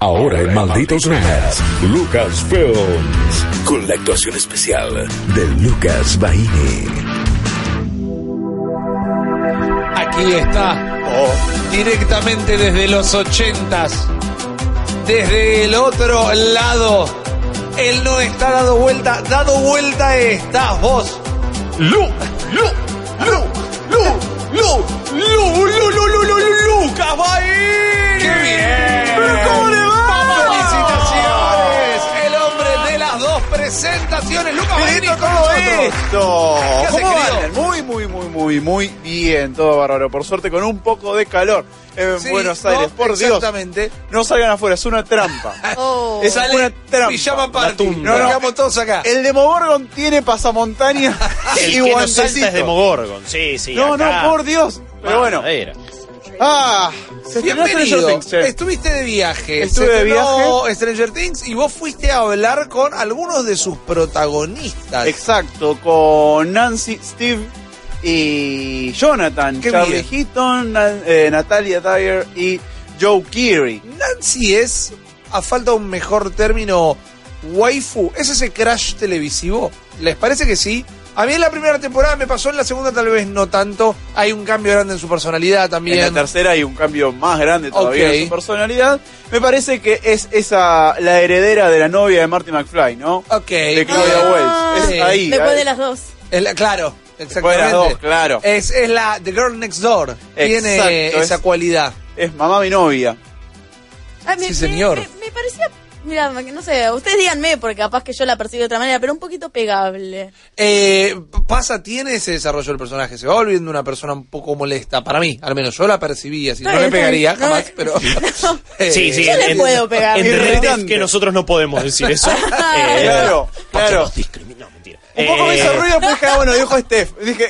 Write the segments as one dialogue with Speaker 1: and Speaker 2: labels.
Speaker 1: Ahora en Malditos Nerds, Lucas Films, con la actuación especial de Lucas Baini.
Speaker 2: Aquí está, Oh. directamente desde los ochentas, desde el otro lado. Él no está dado vuelta, dado vuelta estás vos. Lu, Lu, Lu, Lu, Lu, Lu, Lu, Lu, Lu, Lu, Lu, Lucas Baini. ¡Qué bien! ¿Cómo le va? ¡Felicitaciones! El hombre de las dos presentaciones, Lucas Baini
Speaker 3: Listo
Speaker 2: con
Speaker 3: todo
Speaker 2: nosotros.
Speaker 3: esto.
Speaker 2: ¿Qué haces,
Speaker 3: ¿Cómo
Speaker 2: querido?
Speaker 3: andan? Muy, muy, muy, muy, muy bien, todo bárbaro. Por suerte, con un poco de calor en
Speaker 2: Sí,
Speaker 3: Buenos
Speaker 2: ¿no?
Speaker 3: Aires. Por Dios,
Speaker 2: Exactamente.
Speaker 3: no salgan afuera, es una trampa.
Speaker 4: Oh.
Speaker 3: Es
Speaker 2: Sale
Speaker 3: una trampa.
Speaker 2: Pijama
Speaker 3: La
Speaker 2: Party.
Speaker 3: tunda.
Speaker 2: Nos quedamos todos acá.
Speaker 3: El Demogorgon tiene pasamontaña
Speaker 5: El
Speaker 3: y
Speaker 5: que nos salta es
Speaker 3: guantecito.
Speaker 5: Demogorgon. Sí, sí.
Speaker 3: No,
Speaker 5: acá.
Speaker 3: no, por Dios. Pero bueno.
Speaker 5: Madera.
Speaker 3: Ah, se estrenó Stranger
Speaker 2: Bienvenido.
Speaker 3: Things, che.
Speaker 2: Estuviste de viaje.
Speaker 3: Estuve
Speaker 2: Se
Speaker 3: de
Speaker 2: estrenó Stranger Things y vos fuiste a hablar con algunos de sus protagonistas.
Speaker 3: Exacto, con Nancy, Steve y Jonathan,
Speaker 2: Qué
Speaker 3: Charlie
Speaker 2: bien.
Speaker 3: Heaton, Nan- eh, Natalia Dyer y Joe Keery.
Speaker 2: Nancy es, a falta de un mejor término, waifu. ¿Es ese crash televisivo? ¿Les parece que sí? A mí en la primera temporada me pasó, en la segunda tal vez no tanto. Hay un cambio grande en su personalidad
Speaker 3: En
Speaker 2: también.
Speaker 3: la tercera hay un cambio más grande todavía
Speaker 2: Ok.
Speaker 3: en su personalidad. Me parece que es esa la heredera de la novia de Marty McFly, ¿no?
Speaker 2: ok.
Speaker 3: De Claudia
Speaker 4: Ah,
Speaker 3: Wells.
Speaker 2: sí.
Speaker 3: Es ahí.
Speaker 4: Después
Speaker 3: ahí.
Speaker 4: de las dos.
Speaker 2: Es la- claro,
Speaker 3: Después de
Speaker 2: exactamente.
Speaker 3: las dos, claro. Es,
Speaker 2: Es, es la The Girl Next Door. Tiene
Speaker 3: Exacto,
Speaker 2: esa
Speaker 3: es-
Speaker 2: cualidad.
Speaker 3: mamá mi novia.
Speaker 4: Ah,
Speaker 2: Sí, señor.
Speaker 4: Me, me parecía, mira, no sé, ustedes díganme, porque capaz que yo la percibí de otra manera, pero un poquito pegable.
Speaker 2: Eh, pasa, tiene ese desarrollo del personaje. Se va volviendo una persona un poco molesta. Para mí, al menos yo la percibía. así.
Speaker 4: Está
Speaker 2: no le
Speaker 4: bien, está bien.
Speaker 2: pegaría
Speaker 4: No,
Speaker 2: jamás,
Speaker 4: eh,
Speaker 2: pero.
Speaker 4: no.
Speaker 2: Eh,
Speaker 5: Sí, sí.
Speaker 4: Yo le puedo
Speaker 3: Ah,
Speaker 4: pegar.
Speaker 5: Entendés
Speaker 3: Irritante.
Speaker 5: que nosotros no podemos decir eso. Eh,
Speaker 3: Claro, claro.
Speaker 5: Nos discriminó, mentira.
Speaker 3: Un poco me
Speaker 5: Eh,
Speaker 3: hizo ruido porque, ah, bueno, dijo Steph. Dije,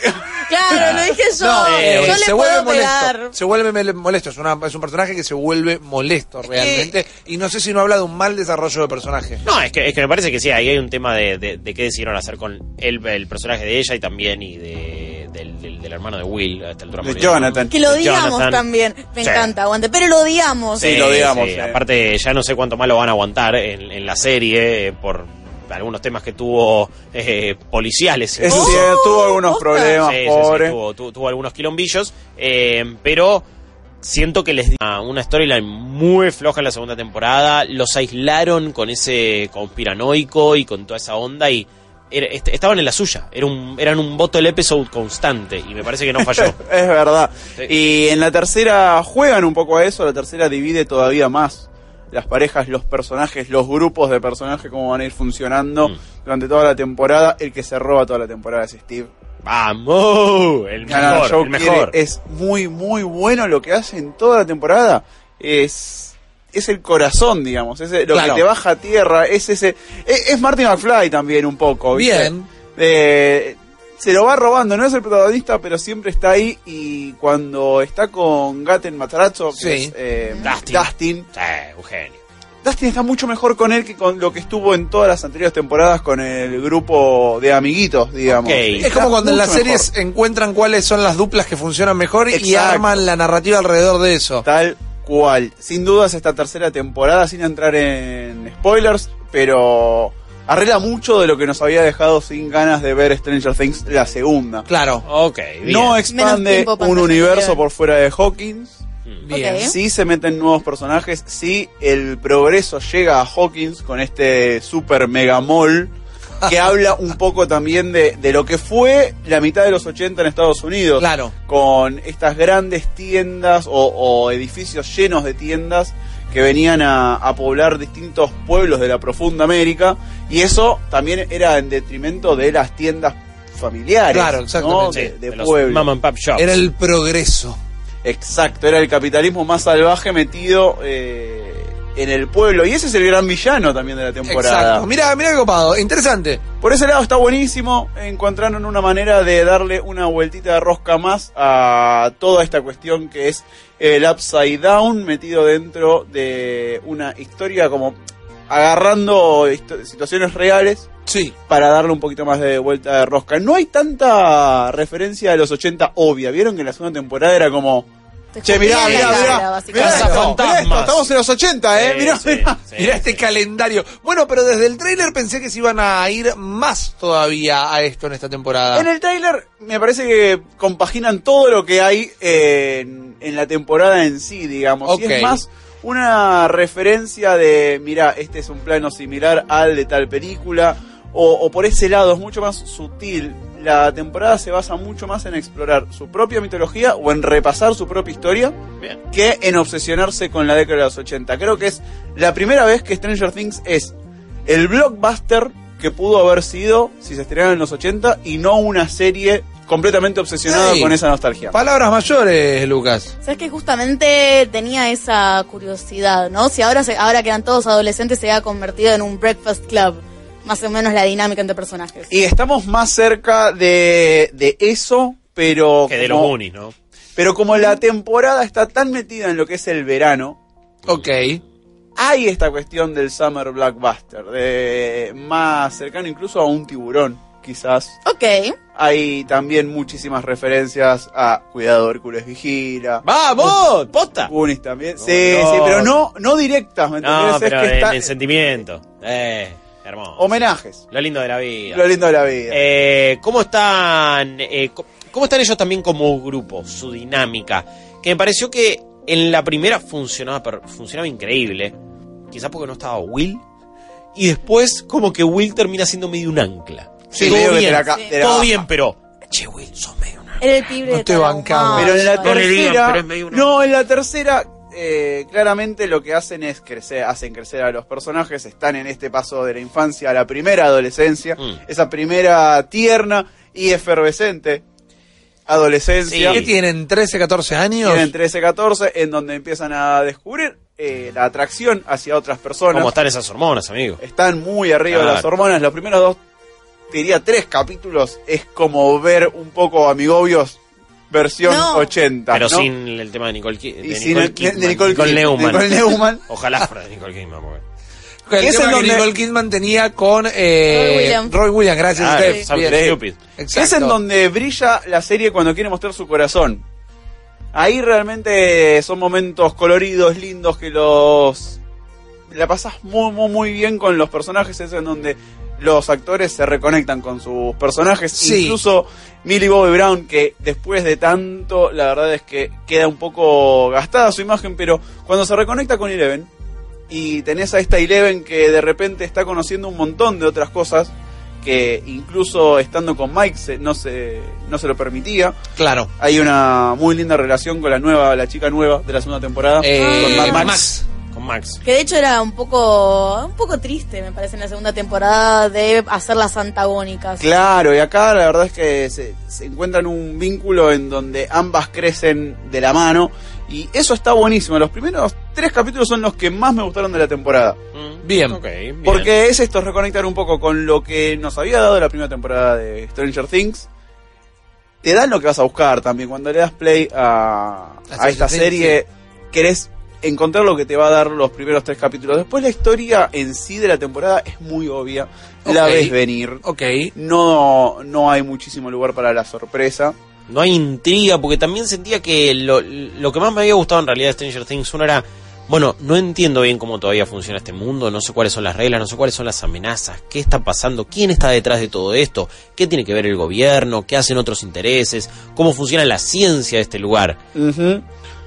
Speaker 4: Claro, lo dije yo.
Speaker 2: No, eh,
Speaker 4: yo
Speaker 2: se
Speaker 4: le
Speaker 2: vuelve
Speaker 4: puedo
Speaker 2: molesto.
Speaker 4: pegar.
Speaker 2: Se vuelve mele- molesto. Es, una- es un personaje que se vuelve molesto realmente. Y no sé si no habla de un mal desarrollo de personaje.
Speaker 5: No, es que, es que me parece que sí, ahí hay un tema de, de, de qué decidieron hacer con el, el personaje de ella y también y de, del, del- del hermano de Will a esta altura.
Speaker 3: de
Speaker 5: murió.
Speaker 3: Jonathan.
Speaker 4: Que lo odiamos
Speaker 5: Jonathan.
Speaker 4: también. Me
Speaker 5: Sí.
Speaker 4: encanta, aguante. Pero lo odiamos.
Speaker 3: Sí, lo eh. odiamos, sí.
Speaker 5: Aparte, ya no sé cuánto más lo van a aguantar en, en la serie eh, por algunos temas que tuvo eh, policiales.
Speaker 3: Es
Speaker 5: incluso.
Speaker 3: cierto, tuvo algunos
Speaker 4: posta.
Speaker 3: problemas,
Speaker 5: Sí, sí, sí,
Speaker 3: pobre.
Speaker 5: tuvo, tu- tuvo algunos quilombillos, eh, pero siento que les di a una storyline muy floja en la segunda temporada. Los aislaron con ese conspiranoico y con toda esa onda y era- est- estaban en la suya. Era un, eran un voto del episodio constante y me parece que no falló.
Speaker 3: Es verdad.
Speaker 5: Sí.
Speaker 3: Y en la tercera juegan un poco a eso, la tercera divide todavía más las parejas, los personajes, los grupos de personajes, cómo van a ir funcionando
Speaker 5: Mm.
Speaker 3: durante toda la temporada. El que se roba toda la temporada es Steve.
Speaker 5: ¡Vamos! El
Speaker 3: Ganado
Speaker 5: mejor,
Speaker 3: Joe
Speaker 5: el mejor.
Speaker 3: Keery Es muy, muy bueno lo que hace en toda la temporada. Es, es el corazón, digamos. Es el- lo
Speaker 2: Claro.
Speaker 3: que te baja a tierra. Es ese. Es, es Martin McFly también un poco. ¿viste?
Speaker 2: Bien.
Speaker 3: Eh, se lo va robando, no es el protagonista, pero siempre está ahí. Y cuando está con Gaten Matarazzo, que
Speaker 2: Sí.
Speaker 3: es, eh,
Speaker 5: Dustin.
Speaker 3: Dustin. Dustin,
Speaker 5: Sí, un genio.
Speaker 3: está mucho mejor con él que con lo que estuvo en todas las anteriores temporadas con el grupo de amiguitos, digamos.
Speaker 5: Ok.
Speaker 3: Está
Speaker 2: Es como cuando en
Speaker 3: mucho
Speaker 2: las
Speaker 3: mejor.
Speaker 2: series encuentran cuáles son las duplas que funcionan mejor y
Speaker 3: Exacto.
Speaker 2: arman la narrativa alrededor de eso.
Speaker 3: Tal cual. Sin dudas, esta tercera temporada, sin entrar en spoilers, pero arregla mucho de lo que nos había dejado sin ganas de ver Stranger Things la segunda.
Speaker 2: Claro.
Speaker 5: Ok, bien.
Speaker 3: No
Speaker 4: Menos
Speaker 3: expande
Speaker 4: tiempo ¿Eh? para
Speaker 3: un
Speaker 4: hacer
Speaker 3: universo
Speaker 4: guión.
Speaker 3: por fuera de Hawkins.
Speaker 5: Mm.
Speaker 2: Bien.
Speaker 4: Ok.
Speaker 3: Sí se meten nuevos personajes, sí el progreso llega a Hawkins con este super megamol que habla un poco también de, de lo que fue la mitad de los 80 en Estados Unidos.
Speaker 2: Claro.
Speaker 3: Con estas grandes tiendas o, o edificios llenos de tiendas que venían a, a poblar distintos pueblos de la profunda América y eso también era en detrimento de las tiendas familiares,
Speaker 2: Claro,
Speaker 3: ¿no?
Speaker 2: exactamente.
Speaker 3: de,
Speaker 5: Sí,
Speaker 3: de
Speaker 5: de los
Speaker 3: pueblo.
Speaker 5: Mom and Pop Shops.
Speaker 2: Era el progreso.
Speaker 3: Exacto, era el capitalismo más salvaje metido eh, en el pueblo. Y ese es el gran villano también de la temporada.
Speaker 2: Exacto. Mirá, mirá qué copado. Interesante.
Speaker 3: Por ese lado está buenísimo. Encontraron una manera de darle una vueltita de rosca más a toda esta cuestión que es el upside down metido dentro de una historia como agarrando histo- situaciones reales
Speaker 2: Sí.
Speaker 3: para darle un poquito más de vuelta de rosca. No hay tanta referencia de los 80 obvia. Vieron que en la segunda temporada era como...
Speaker 4: Te
Speaker 3: Che, mirá,
Speaker 4: escupían en
Speaker 3: mirá,
Speaker 4: la cara,
Speaker 3: mirá. Mirá
Speaker 4: básicamente.
Speaker 3: esto, mirá esto,
Speaker 5: Cazafantasmas.
Speaker 3: estamos en los 80, eh.
Speaker 5: Sí,
Speaker 3: mirá,
Speaker 5: sí,
Speaker 3: mirá.
Speaker 5: sí,
Speaker 2: Mirá este
Speaker 5: sí.
Speaker 2: calendario. Bueno, pero desde el tráiler pensé que se iban a ir más todavía a esto en esta temporada.
Speaker 3: En el tráiler me parece que compaginan todo lo que hay eh, en, en la temporada en sí, digamos. Y
Speaker 2: Ok.
Speaker 3: es más una referencia de, mira, este es un plano similar al de tal película, o, o por ese lado, es mucho más sutil. La temporada se basa mucho más en explorar su propia mitología o en repasar su propia historia
Speaker 5: Bien.
Speaker 3: que en obsesionarse con la década de los 80. Creo que es la primera vez que Stranger Things es el blockbuster que pudo haber sido si se estrenara en los 80 y no una serie completamente obsesionada
Speaker 2: Sí.
Speaker 3: con esa nostalgia.
Speaker 2: Palabras mayores, Lucas.
Speaker 4: Sabes que justamente tenía esa curiosidad, ¿no? Si ahora, se, ahora que eran todos adolescentes se había convertido en un breakfast club. Más o menos la dinámica entre personajes.
Speaker 3: Y estamos más cerca de, de eso, pero
Speaker 5: Que de los
Speaker 3: como,
Speaker 5: Goonies, ¿no?
Speaker 3: pero como la temporada está tan metida en lo que es el verano,
Speaker 2: Ok.
Speaker 3: hay esta cuestión del summer blockbuster, de más cercano incluso a un tiburón, quizás.
Speaker 4: Ok.
Speaker 3: Hay también muchísimas referencias a Cuidado Hércules Vigila.
Speaker 5: ¡Vamos! ¡Posta!
Speaker 3: Goonies también.
Speaker 5: No,
Speaker 3: sí,
Speaker 5: no.
Speaker 3: sí, pero no, no directas, ¿me entendés?
Speaker 5: No,
Speaker 3: Es
Speaker 5: pero
Speaker 3: que
Speaker 5: en
Speaker 3: está-
Speaker 5: el sentimiento. Eh, hermoso.
Speaker 3: Homenajes.
Speaker 5: Lo lindo de la vida.
Speaker 3: Lo lindo de la vida.
Speaker 5: Eh, ¿Cómo están? eh, co- ¿Cómo están ellos también como grupo? Su dinámica. Que me pareció que en la primera funcionaba, per- funcionaba increíble. Quizás porque no estaba Will. Y después, como que Will termina siendo medio un ancla.
Speaker 3: Sí,
Speaker 5: todo
Speaker 3: medio que te
Speaker 5: bien,
Speaker 3: la ca-
Speaker 4: sí.
Speaker 3: te la
Speaker 5: todo
Speaker 3: baja.
Speaker 5: bien, pero. Che, Will, sos medio un ancla.
Speaker 4: Era el pibre
Speaker 2: No
Speaker 4: de
Speaker 2: te
Speaker 4: Tarahumara.
Speaker 2: bancamos.
Speaker 3: Pero en la
Speaker 5: No le digan,
Speaker 3: tercera.
Speaker 5: pero es medio una-
Speaker 3: No, en la tercera. eh, claramente lo que hacen es crecer, hacen crecer a los personajes, están en este paso de la infancia a la primera adolescencia,
Speaker 5: Mm.
Speaker 3: esa primera tierna y efervescente adolescencia.
Speaker 5: Sí.
Speaker 2: ¿Qué tienen? ¿13, 14 años?
Speaker 3: Tienen 13, 14, en donde empiezan a descubrir eh, la atracción hacia otras personas.
Speaker 5: ¿Cómo están esas hormonas, amigo?
Speaker 3: Están muy arriba de las
Speaker 5: Claro.
Speaker 3: hormonas. Los primeros dos, te diría tres capítulos, es como ver un poco Amigobios versión
Speaker 4: No.
Speaker 3: 80.
Speaker 5: Pero
Speaker 3: ¿no?
Speaker 5: sin el tema de Nicole, Ki- de
Speaker 3: Y sin
Speaker 5: Nicole
Speaker 3: el- de- de
Speaker 5: Kidman,
Speaker 3: Nicole
Speaker 5: Nicole
Speaker 3: Kid-
Speaker 5: Neumann.
Speaker 3: Nicole Neumann.
Speaker 5: Ojalá fuera de Nicole Kidman. porque-
Speaker 2: El
Speaker 3: Ese
Speaker 2: tema
Speaker 3: es
Speaker 2: que
Speaker 3: donde-
Speaker 2: Nicole Kidman tenía con eh,
Speaker 4: Roy Williams.
Speaker 2: Roy Williams, gracias
Speaker 5: Ah,
Speaker 2: Steph.
Speaker 5: Something
Speaker 2: Bien.
Speaker 5: Stupid.
Speaker 2: Exacto.
Speaker 3: Es en donde brilla la serie cuando quiere mostrar su corazón. Ahí realmente son momentos coloridos, lindos, que los... La pasás muy, muy, muy bien con los personajes. Es en donde los actores se reconectan con sus personajes.
Speaker 2: Sí.
Speaker 3: Incluso Millie Bobby Brown, que después de tanto, la verdad es que queda un poco gastada su imagen, pero cuando se reconecta con Eleven, y tenés a esta Eleven que de repente está conociendo un montón de otras cosas, que incluso estando con Mike se- no, se, no se lo permitía.
Speaker 2: Claro.
Speaker 3: Hay una muy linda relación con la nueva, la chica nueva de la segunda temporada.
Speaker 2: Eh,
Speaker 3: con Mad Max.
Speaker 5: Con Max.
Speaker 4: Que de hecho era un poco, un poco triste, me parece, en la segunda temporada de hacerlas antagónicas.
Speaker 3: Claro, y acá la verdad es que se, se encuentran un vínculo en donde ambas crecen de la mano. Y eso está buenísimo. Los primeros tres capítulos son los que más me gustaron de la temporada.
Speaker 5: Mm,
Speaker 2: Bien.
Speaker 5: ok, bien.
Speaker 3: Porque es esto, reconectar un poco con lo que nos había dado la primera temporada de Stranger Things. Te dan lo que vas a buscar también. Cuando le das play a,
Speaker 2: A
Speaker 3: a
Speaker 2: Stranger
Speaker 3: esta
Speaker 2: Things,
Speaker 3: serie, querés encontrar lo que te va a dar los primeros tres capítulos. Después la historia en sí de la temporada es muy obvia. La
Speaker 2: Ok.
Speaker 3: ves venir.
Speaker 2: Ok.
Speaker 3: No, no hay muchísimo lugar para la sorpresa.
Speaker 5: No hay intriga, porque también sentía que lo, lo que más me había gustado en realidad de Stranger Things 1 era, bueno, no entiendo bien cómo todavía funciona este mundo, no sé cuáles son las reglas, no sé cuáles son las amenazas, qué está pasando, quién está detrás de todo esto, qué tiene que ver el gobierno, qué hacen otros intereses, cómo funciona la ciencia de este lugar.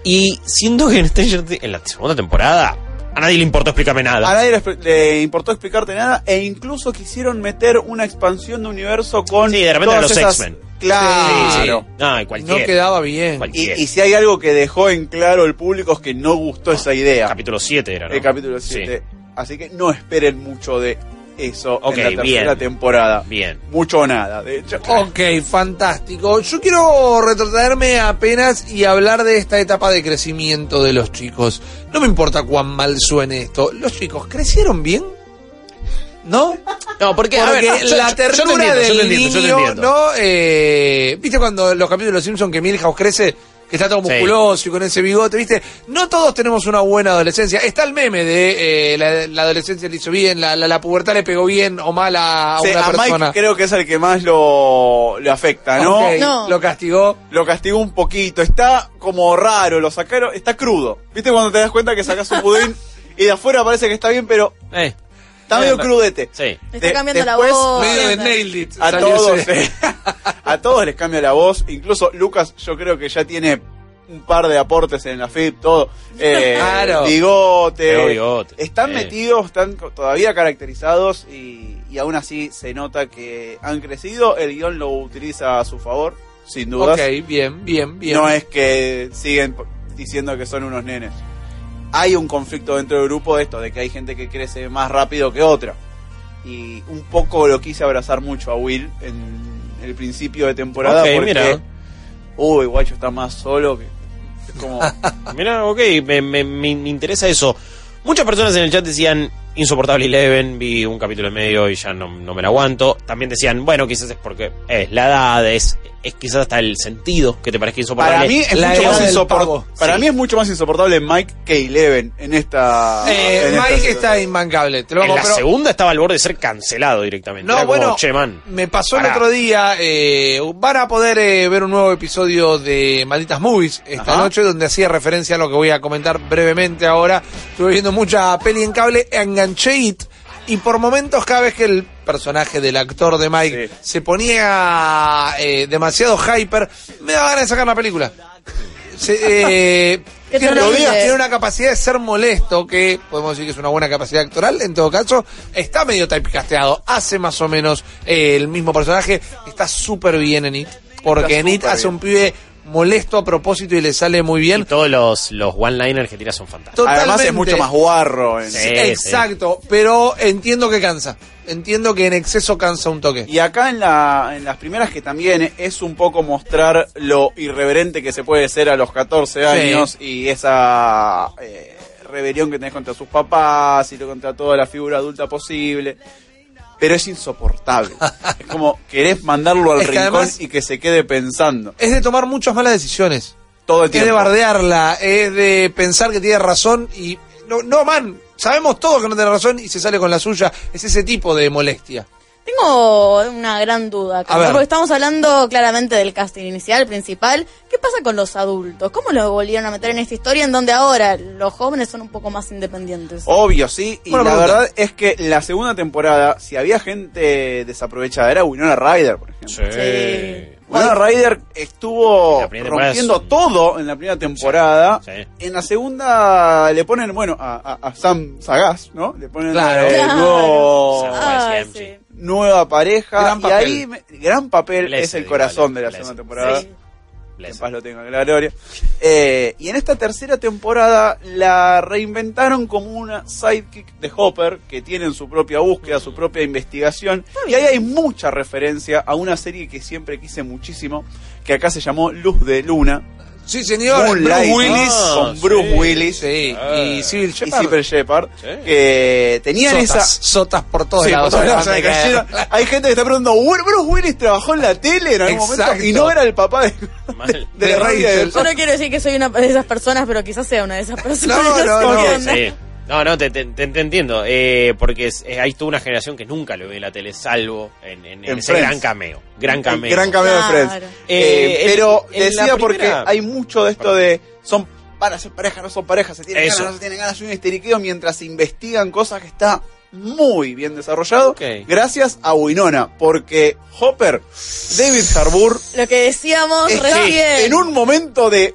Speaker 5: Y siento que en Stranger Things, en la segunda temporada, a nadie le importó explícame
Speaker 3: A
Speaker 5: nada.
Speaker 3: nadie le, le importó explicarte nada e incluso quisieron meter una expansión de universo con
Speaker 5: Sí, de repente a
Speaker 3: todas
Speaker 5: los
Speaker 3: esas-
Speaker 5: X-Men.
Speaker 3: Claro.
Speaker 5: No, y
Speaker 2: No
Speaker 5: cualquier,
Speaker 2: quedaba bien.
Speaker 3: Y,
Speaker 5: cualquier.
Speaker 3: y si hay algo que dejó en claro el público es que no gustó esa idea.
Speaker 5: capítulo 7 era, ¿no?
Speaker 3: El capítulo
Speaker 5: Sí.
Speaker 3: 7. Así que no esperen mucho de eso
Speaker 5: Ok,
Speaker 3: en la tercera
Speaker 5: bien.
Speaker 3: temporada.
Speaker 5: Bien.
Speaker 3: Mucho o nada, de hecho.
Speaker 2: Ok, fantástico. Yo quiero retrotraerme apenas y hablar de esta etapa de crecimiento de los chicos. No me importa cuán mal suene esto. ¿Los chicos crecieron bien? ¿No?
Speaker 5: No, porque, a
Speaker 2: Porque
Speaker 5: ver, ah,
Speaker 2: la
Speaker 5: yo- yo- yo te
Speaker 2: ternura
Speaker 5: entiendo, yo te
Speaker 2: del
Speaker 5: entiendo, yo te
Speaker 2: niño,
Speaker 5: entiendo.
Speaker 2: ¿no? Eh, ¿Viste cuando los capítulos de Los Simpsons que Milhouse crece? Que está todo
Speaker 5: Sí.
Speaker 2: musculoso y con ese bigote, ¿viste? No todos tenemos una buena adolescencia. Está el meme de eh, la, la adolescencia le hizo bien, la, la, la pubertad le pegó bien o mal a, a
Speaker 3: oh, Sí,
Speaker 2: una
Speaker 3: a Mike
Speaker 2: persona.
Speaker 3: creo que es el que más lo, le afecta, ¿no?
Speaker 2: Ok,
Speaker 4: No.
Speaker 2: Lo castigó.
Speaker 3: Lo castigó un poquito, está como raro, lo sacaron, está crudo. ¿Viste cuando te das cuenta que sacas un pudín y de afuera parece que está bien, pero
Speaker 5: Eh,
Speaker 3: está medio
Speaker 2: Eh,
Speaker 3: crudete?
Speaker 5: sí.
Speaker 4: Me está
Speaker 3: De-
Speaker 4: cambiando la
Speaker 3: después,
Speaker 4: voz.
Speaker 2: Medio de
Speaker 4: Anda.
Speaker 2: nailed it.
Speaker 3: A
Speaker 2: Salió
Speaker 3: todos,
Speaker 2: ese-
Speaker 3: eh, a todos les cambia la voz. Incluso Lucas, yo creo que ya tiene un par de aportes en la FIP, todo. Eh,
Speaker 2: Claro.
Speaker 3: Bigote.
Speaker 5: Pegó bigote,
Speaker 3: Están
Speaker 5: eh.
Speaker 3: metidos, están co- todavía caracterizados y, y aún así se nota que han crecido. El guión lo utiliza a su favor, sin dudas.
Speaker 2: Ok, bien, bien, bien.
Speaker 3: No es que siguen p- diciendo que son unos nenes. Hay un conflicto dentro del grupo de esto, de que hay gente que crece más rápido que otra. Y un poco lo quise abrazar mucho a Will en el principio de temporada
Speaker 5: Ok,
Speaker 3: porque,
Speaker 5: mira.
Speaker 3: uy, guacho está más solo que... es Como,
Speaker 5: Mirá, ok, me, me- me interesa eso. Muchas personas en el chat decían insoportable Eleven, vi un capítulo y medio y ya no, no me la aguanto. También decían, bueno, quizás es porque es la edad, es, es quizás hasta el sentido que te parezca insoportable.
Speaker 3: para mí es
Speaker 2: la
Speaker 3: mucho
Speaker 2: edad
Speaker 3: más
Speaker 2: del
Speaker 3: insopor-
Speaker 2: pavo.
Speaker 3: para
Speaker 5: Sí.
Speaker 3: mí es mucho más insoportable Mike que Eleven en esta
Speaker 2: Eh,
Speaker 3: en este esta
Speaker 2: Mike
Speaker 3: situación.
Speaker 2: está imbancable. Te lo
Speaker 5: En
Speaker 2: hago,
Speaker 5: la
Speaker 2: pero-
Speaker 5: segunda estaba al borde de ser cancelado directamente.
Speaker 2: No,
Speaker 5: Era como,
Speaker 2: bueno,
Speaker 5: "Che, man".
Speaker 2: me pasó el
Speaker 5: pará.
Speaker 2: otro día. eh, van a poder eh, ver un nuevo episodio de Malditas Movies esta
Speaker 3: Ajá.
Speaker 2: noche, donde hacía referencia a lo que voy a comentar brevemente ahora. Estuve viendo mucha peli en cable, enganché It, y por momentos, cada vez que el personaje del actor de Mike
Speaker 3: Sí.
Speaker 2: se ponía eh, demasiado hyper, me daba ganas de sacar la película. Se, eh,
Speaker 4: Qué
Speaker 2: tiene, una,
Speaker 4: terrible.
Speaker 2: tiene una capacidad de ser molesto, que podemos decir que es una buena capacidad actoral, en todo caso, está medio typecasteado, hace más o menos eh, el mismo personaje, está súper bien en It, porque
Speaker 3: Está
Speaker 2: en It
Speaker 3: súper
Speaker 2: hace
Speaker 3: bien.
Speaker 2: un pibe molesto a propósito y le sale muy
Speaker 5: Y
Speaker 2: bien.
Speaker 5: todos los, los one-liners que tira son fantásticos.
Speaker 2: Totalmente.
Speaker 3: además es mucho más guarro en-
Speaker 5: Sí,
Speaker 2: Exacto, pero entiendo que cansa, entiendo que en exceso cansa un toque.
Speaker 3: Y acá en, la, en las primeras que también es un poco mostrar lo irreverente que se puede ser a los 14 años y esa eh, rebelión que tenés contra sus papás y lo contra toda la figura adulta posible. Pero es insoportable. es como querés mandarlo al
Speaker 2: Es que
Speaker 3: rincón
Speaker 2: además-
Speaker 3: y que se quede pensando
Speaker 2: Es de tomar muchas malas decisiones.
Speaker 3: todo el
Speaker 2: Es de
Speaker 3: tiempo.
Speaker 2: bardearla, es de pensar que tiene razón y... No, no, man, sabemos todos que no tiene razón y se sale con la suya. Es ese tipo de molestia.
Speaker 4: Tengo una gran duda acá,
Speaker 2: A ver.
Speaker 4: ¿no? porque estamos hablando claramente del casting inicial, principal. ¿Qué pasa con los adultos? ¿Cómo lo volvieron a meter en esta historia en donde ahora los jóvenes son un poco más independientes?
Speaker 2: Oh.
Speaker 3: Obvio, sí. Y
Speaker 2: Buena
Speaker 3: la
Speaker 2: pregunta.
Speaker 3: verdad es que la segunda temporada, si había gente desaprovechada, era Winona Ryder, por ejemplo.
Speaker 4: Sí.
Speaker 3: Winona Ryder estuvo
Speaker 5: La primera temporada
Speaker 3: rompiendo
Speaker 5: es un-
Speaker 3: todo en la primera temporada.
Speaker 5: Sí, sí.
Speaker 3: En la segunda le ponen, bueno, a, a- a Sam Sagaz, ¿no? Le ponen
Speaker 2: Claro.
Speaker 3: eh,
Speaker 4: Claro.
Speaker 3: nuevo-
Speaker 5: Sagaz.
Speaker 4: Ah,
Speaker 5: OSM,
Speaker 4: sí.
Speaker 3: nueva pareja.
Speaker 2: Gran
Speaker 3: y
Speaker 2: papel.
Speaker 3: ahí, me- gran papel
Speaker 5: Blessed,
Speaker 3: es el
Speaker 5: igual,
Speaker 3: corazón de la
Speaker 5: Blessed.
Speaker 3: segunda temporada.
Speaker 4: Sí.
Speaker 3: Que en
Speaker 5: Bless.
Speaker 3: paz lo tenga, la gloria. Eh, y en esta tercera temporada la reinventaron como una sidekick de Hopper, que tienen su propia búsqueda,
Speaker 2: Mm.
Speaker 3: su propia investigación. Y ahí hay mucha referencia a una serie que siempre quise muchísimo, que acá se llamó Luz de Luna.
Speaker 2: Sí, señor. Bruce
Speaker 3: Moonlight,
Speaker 2: Willis.
Speaker 5: Ah,
Speaker 3: con Bruce
Speaker 5: sí.
Speaker 3: Willis
Speaker 2: Sí,
Speaker 5: Ah.
Speaker 2: y Civil
Speaker 3: y
Speaker 2: Shepard.
Speaker 3: Cyber Shepard,
Speaker 5: Sí.
Speaker 3: que tenían
Speaker 2: sotas,
Speaker 3: esa...
Speaker 2: sotas por todos
Speaker 3: Sí,
Speaker 2: lados.
Speaker 3: por favor,
Speaker 2: Acaban
Speaker 3: me
Speaker 2: de caer.
Speaker 3: cayeron. Hay gente que está preguntando, "Bueno, Bruce Willis trabajó en la tele en algún momento
Speaker 2: Exacto.
Speaker 3: y no era el papá de,
Speaker 5: Mal.
Speaker 3: de,
Speaker 2: De
Speaker 3: Ray
Speaker 2: Rachel.
Speaker 4: Yo no quiero decir que soy una de esas personas, pero quizás sea una de esas personas.
Speaker 2: No, no,
Speaker 4: sé
Speaker 2: no.
Speaker 4: qué
Speaker 5: Sí,
Speaker 4: onda.
Speaker 5: sí. No, no, te, te- te- te entiendo. eh, porque es- eh, hay toda una generación que nunca lo ve en la tele, salvo en, en- en
Speaker 3: En
Speaker 5: ese
Speaker 3: Friends.
Speaker 5: gran cameo. Gran
Speaker 3: El
Speaker 5: cameo.
Speaker 3: Gran cameo
Speaker 4: Claro.
Speaker 3: de Friends. Eh,
Speaker 5: Eh,
Speaker 3: pero
Speaker 5: en- en la
Speaker 3: decía porque
Speaker 5: primera-
Speaker 3: hay mucho de esto de son para ser pareja, no son pareja, se tienen
Speaker 5: Eso.
Speaker 3: ganas, no se tienen ganas, y un histeriqueo mientras se investigan cosas que está muy bien desarrollado.
Speaker 5: Ok.
Speaker 3: Gracias a Winona, porque Hopper, David Harbour,
Speaker 4: Lo que decíamos
Speaker 3: está
Speaker 4: recién.
Speaker 3: en un momento de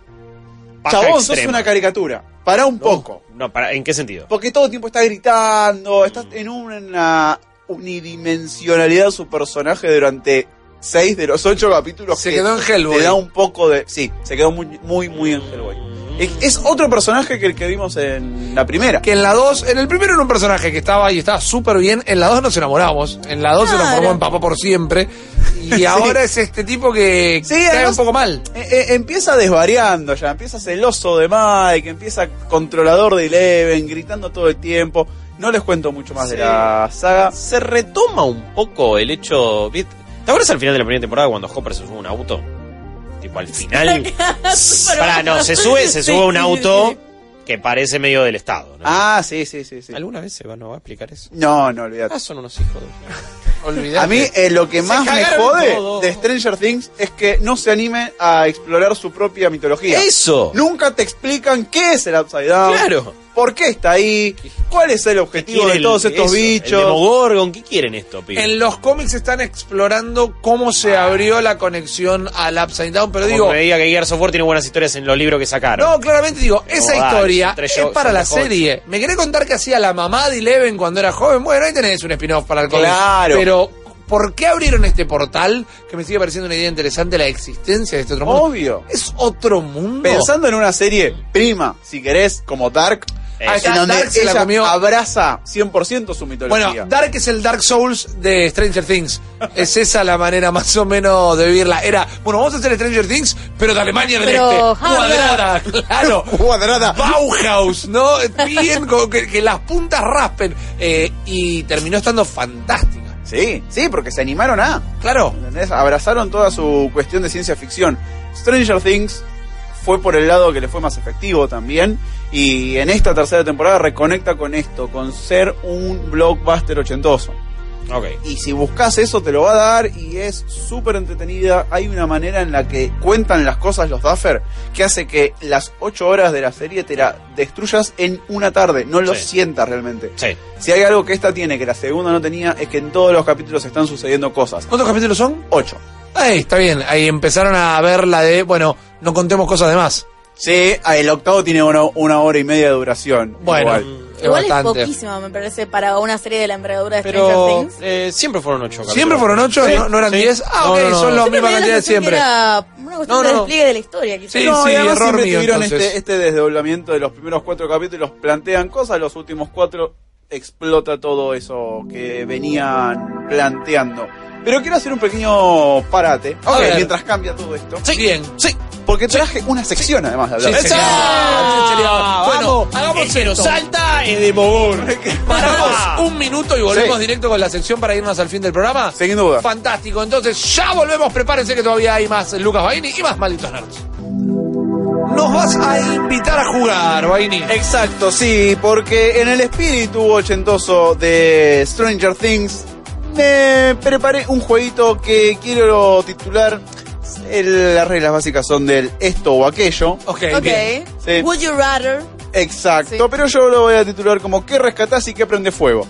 Speaker 5: Paja
Speaker 3: chabón, sos
Speaker 5: extrema.
Speaker 3: una caricatura. Para un poco.
Speaker 5: No, para, ¿en qué sentido?
Speaker 3: Porque todo el tiempo está
Speaker 2: Mm.
Speaker 3: gritando, está en una unidimensionalidad de su personaje durante seis de los ocho capítulos
Speaker 2: Se
Speaker 3: que
Speaker 2: quedó en
Speaker 3: te da
Speaker 2: Hellboy.
Speaker 3: un poco de... Sí, se quedó muy, muy, muy en Hellboy. Es, es otro personaje que el que vimos en la primera.
Speaker 2: Mm. Que en la 2, en el primero era un personaje que estaba y estaba súper bien, en la 2 nos enamoramos, en la 2 se nos
Speaker 4: Claro.
Speaker 2: formó en papá por siempre, y ahora es este tipo que
Speaker 3: Sí,
Speaker 2: cae
Speaker 3: además-
Speaker 2: un poco mal.
Speaker 3: E- e- empieza desvariando ya, empieza celoso de Mike, empieza controlador de Eleven, gritando todo el tiempo. No les cuento mucho más de
Speaker 5: Sí.
Speaker 3: la saga.
Speaker 5: Se retoma un poco el hecho. ¿viste? ¿Te acuerdas al final de la primera temporada cuando Hopper se sube a un auto? Tipo al final. Pará, no, se sube, se
Speaker 4: Sí,
Speaker 5: sube a un
Speaker 4: sí, sí,
Speaker 5: auto
Speaker 4: sí.
Speaker 5: que parece medio del Estado. ¿no?
Speaker 3: Ah, sí, sí, sí, sí.
Speaker 5: ¿Alguna vez se va, no va a explicar eso?
Speaker 3: No, no, olvidate.
Speaker 5: Ah, son unos hijos de.
Speaker 2: Olvidate.
Speaker 3: A mí eh, lo que
Speaker 2: Se
Speaker 3: más me
Speaker 2: cagaron
Speaker 3: jode
Speaker 2: todo.
Speaker 3: de Stranger Things es que no se anime a explorar su propia mitología.
Speaker 5: ¡Eso!
Speaker 3: Nunca te explican qué es el Upside Down.
Speaker 5: ¡Claro!
Speaker 3: ¿Por qué está ahí? ¿Cuál es el objetivo
Speaker 5: quiere
Speaker 3: de
Speaker 5: el-
Speaker 3: todos estos
Speaker 5: eso, El
Speaker 3: bichos?
Speaker 5: Demogorgon, ¿qué quieren esto, pibe?
Speaker 2: En los cómics están explorando cómo se
Speaker 3: Ah.
Speaker 2: abrió la conexión al Upside Down, pero
Speaker 5: Como
Speaker 2: digo,
Speaker 5: que me diga que Gears of War tiene buenas historias en los libros que sacaron.
Speaker 2: No, claramente digo, esa
Speaker 5: dale,
Speaker 2: historia
Speaker 5: son tres
Speaker 2: es
Speaker 5: shows,
Speaker 2: para
Speaker 5: son
Speaker 2: la
Speaker 5: de Hot.
Speaker 2: serie. ¿Me querés contar que hacía la mamá de Eleven cuando era joven? Bueno, ahí tenés un spin-off para el cómic.
Speaker 3: Claro.
Speaker 2: Pero, ¿por qué abrieron este portal? Que me sigue pareciendo una idea interesante la existencia de este otro mundo.
Speaker 3: Obvio.
Speaker 2: Es otro mundo.
Speaker 3: Pensando en una serie prima, si querés, como Dark,
Speaker 5: Ah,
Speaker 3: en
Speaker 2: está,
Speaker 3: donde
Speaker 2: Eh, Dark se la
Speaker 3: ella
Speaker 2: comió.
Speaker 3: abraza 100% su mitología.
Speaker 2: bueno, Dark es el Dark Souls de Stranger Things. Es esa la manera más o menos de vivirla. Era, bueno, vamos a hacer Stranger Things, pero de Alemania del
Speaker 4: Pero
Speaker 2: Este.
Speaker 4: hardcore.
Speaker 2: Cuadrada, claro.
Speaker 3: Cuadrada.
Speaker 2: Bauhaus, ¿no? Bien, como que, que las puntas raspen. Eh, y terminó estando fantástica.
Speaker 3: Sí, sí, porque se animaron a.
Speaker 2: Claro.
Speaker 3: ¿entendés? Abrazaron toda su cuestión de ciencia ficción. Stranger Things fue por el lado que le fue más efectivo también. Y en esta tercera temporada reconecta con esto, con ser un blockbuster ochentoso.
Speaker 5: Ok.
Speaker 3: Y si buscas eso te lo va a dar y es súper entretenida. Hay una manera en la que cuentan las cosas los Duffer que hace que las 8 horas de la serie te la destruyas en una tarde, no lo
Speaker 5: Sí.
Speaker 3: sientas realmente.
Speaker 5: Sí.
Speaker 3: Si hay algo que esta tiene que la segunda no tenía es que en todos los capítulos están sucediendo cosas.
Speaker 2: ¿Cuántos capítulos son?
Speaker 3: 8.
Speaker 2: Ahí, está bien. Ahí empezaron a ver la de, bueno, no contemos cosas de más.
Speaker 3: Sí, ah, el octavo tiene una, una hora y media de duración.
Speaker 2: Bueno,
Speaker 3: igual.
Speaker 2: es
Speaker 4: Igual es
Speaker 2: bastante.
Speaker 4: poquísima, me parece, para una serie de la envergadura de Stranger
Speaker 5: Pero
Speaker 4: Things.
Speaker 5: eh, siempre fueron ocho. capítulos.
Speaker 2: ¿Siempre fueron ocho?
Speaker 5: Sí,
Speaker 2: ¿No, no eran
Speaker 5: sí.
Speaker 2: diez? Ah,
Speaker 5: No,
Speaker 2: ok,
Speaker 5: no, no.
Speaker 2: son la misma
Speaker 4: Siempre me da la
Speaker 2: cantidad de
Speaker 4: sensación que
Speaker 2: siempre.
Speaker 4: Era una cuestión
Speaker 2: No, no,
Speaker 4: de
Speaker 2: no.
Speaker 4: despliegue de la historia, quizás.
Speaker 2: Sí,
Speaker 3: no, y además
Speaker 2: error
Speaker 3: siempre
Speaker 2: mío,
Speaker 3: tuvieron
Speaker 2: entonces.
Speaker 3: este, este desdoblamiento de los primeros cuatro capítulos, plantean cosas, los últimos cuatro explota todo eso que venían planteando. Pero quiero hacer un pequeño parate eh,
Speaker 2: A ver.
Speaker 3: mientras cambia todo esto.
Speaker 2: Sí. Bien. Sí.
Speaker 3: Porque traje una sección además de hablar.
Speaker 2: Sí,
Speaker 3: de
Speaker 2: señor.
Speaker 3: esto.
Speaker 2: Sí, señor. Bueno,
Speaker 5: Vamos,
Speaker 2: hagamos
Speaker 5: el que nos
Speaker 2: esto.
Speaker 5: salta es de Mogón.
Speaker 2: Paramos un minuto y volvemos
Speaker 3: Sí.
Speaker 2: directo con la sección para irnos al fin del programa.
Speaker 3: Sin duda.
Speaker 2: Fantástico. Entonces ya volvemos. Prepárense que todavía hay más Lucas Baini y más malditos nerds. Nos vas a invitar a jugar, Baini.
Speaker 3: Exacto, sí, porque en el espíritu ochentoso de Stranger Things me preparé un jueguito que quiero titular. el- las reglas básicas son del esto o aquello.
Speaker 2: Ok.
Speaker 4: Ok.
Speaker 2: bien.
Speaker 3: Sí.
Speaker 4: Would you rather?
Speaker 3: Exacto,
Speaker 4: Sí.
Speaker 3: pero yo lo voy a titular como ¿Qué rescatás y qué prende fuego?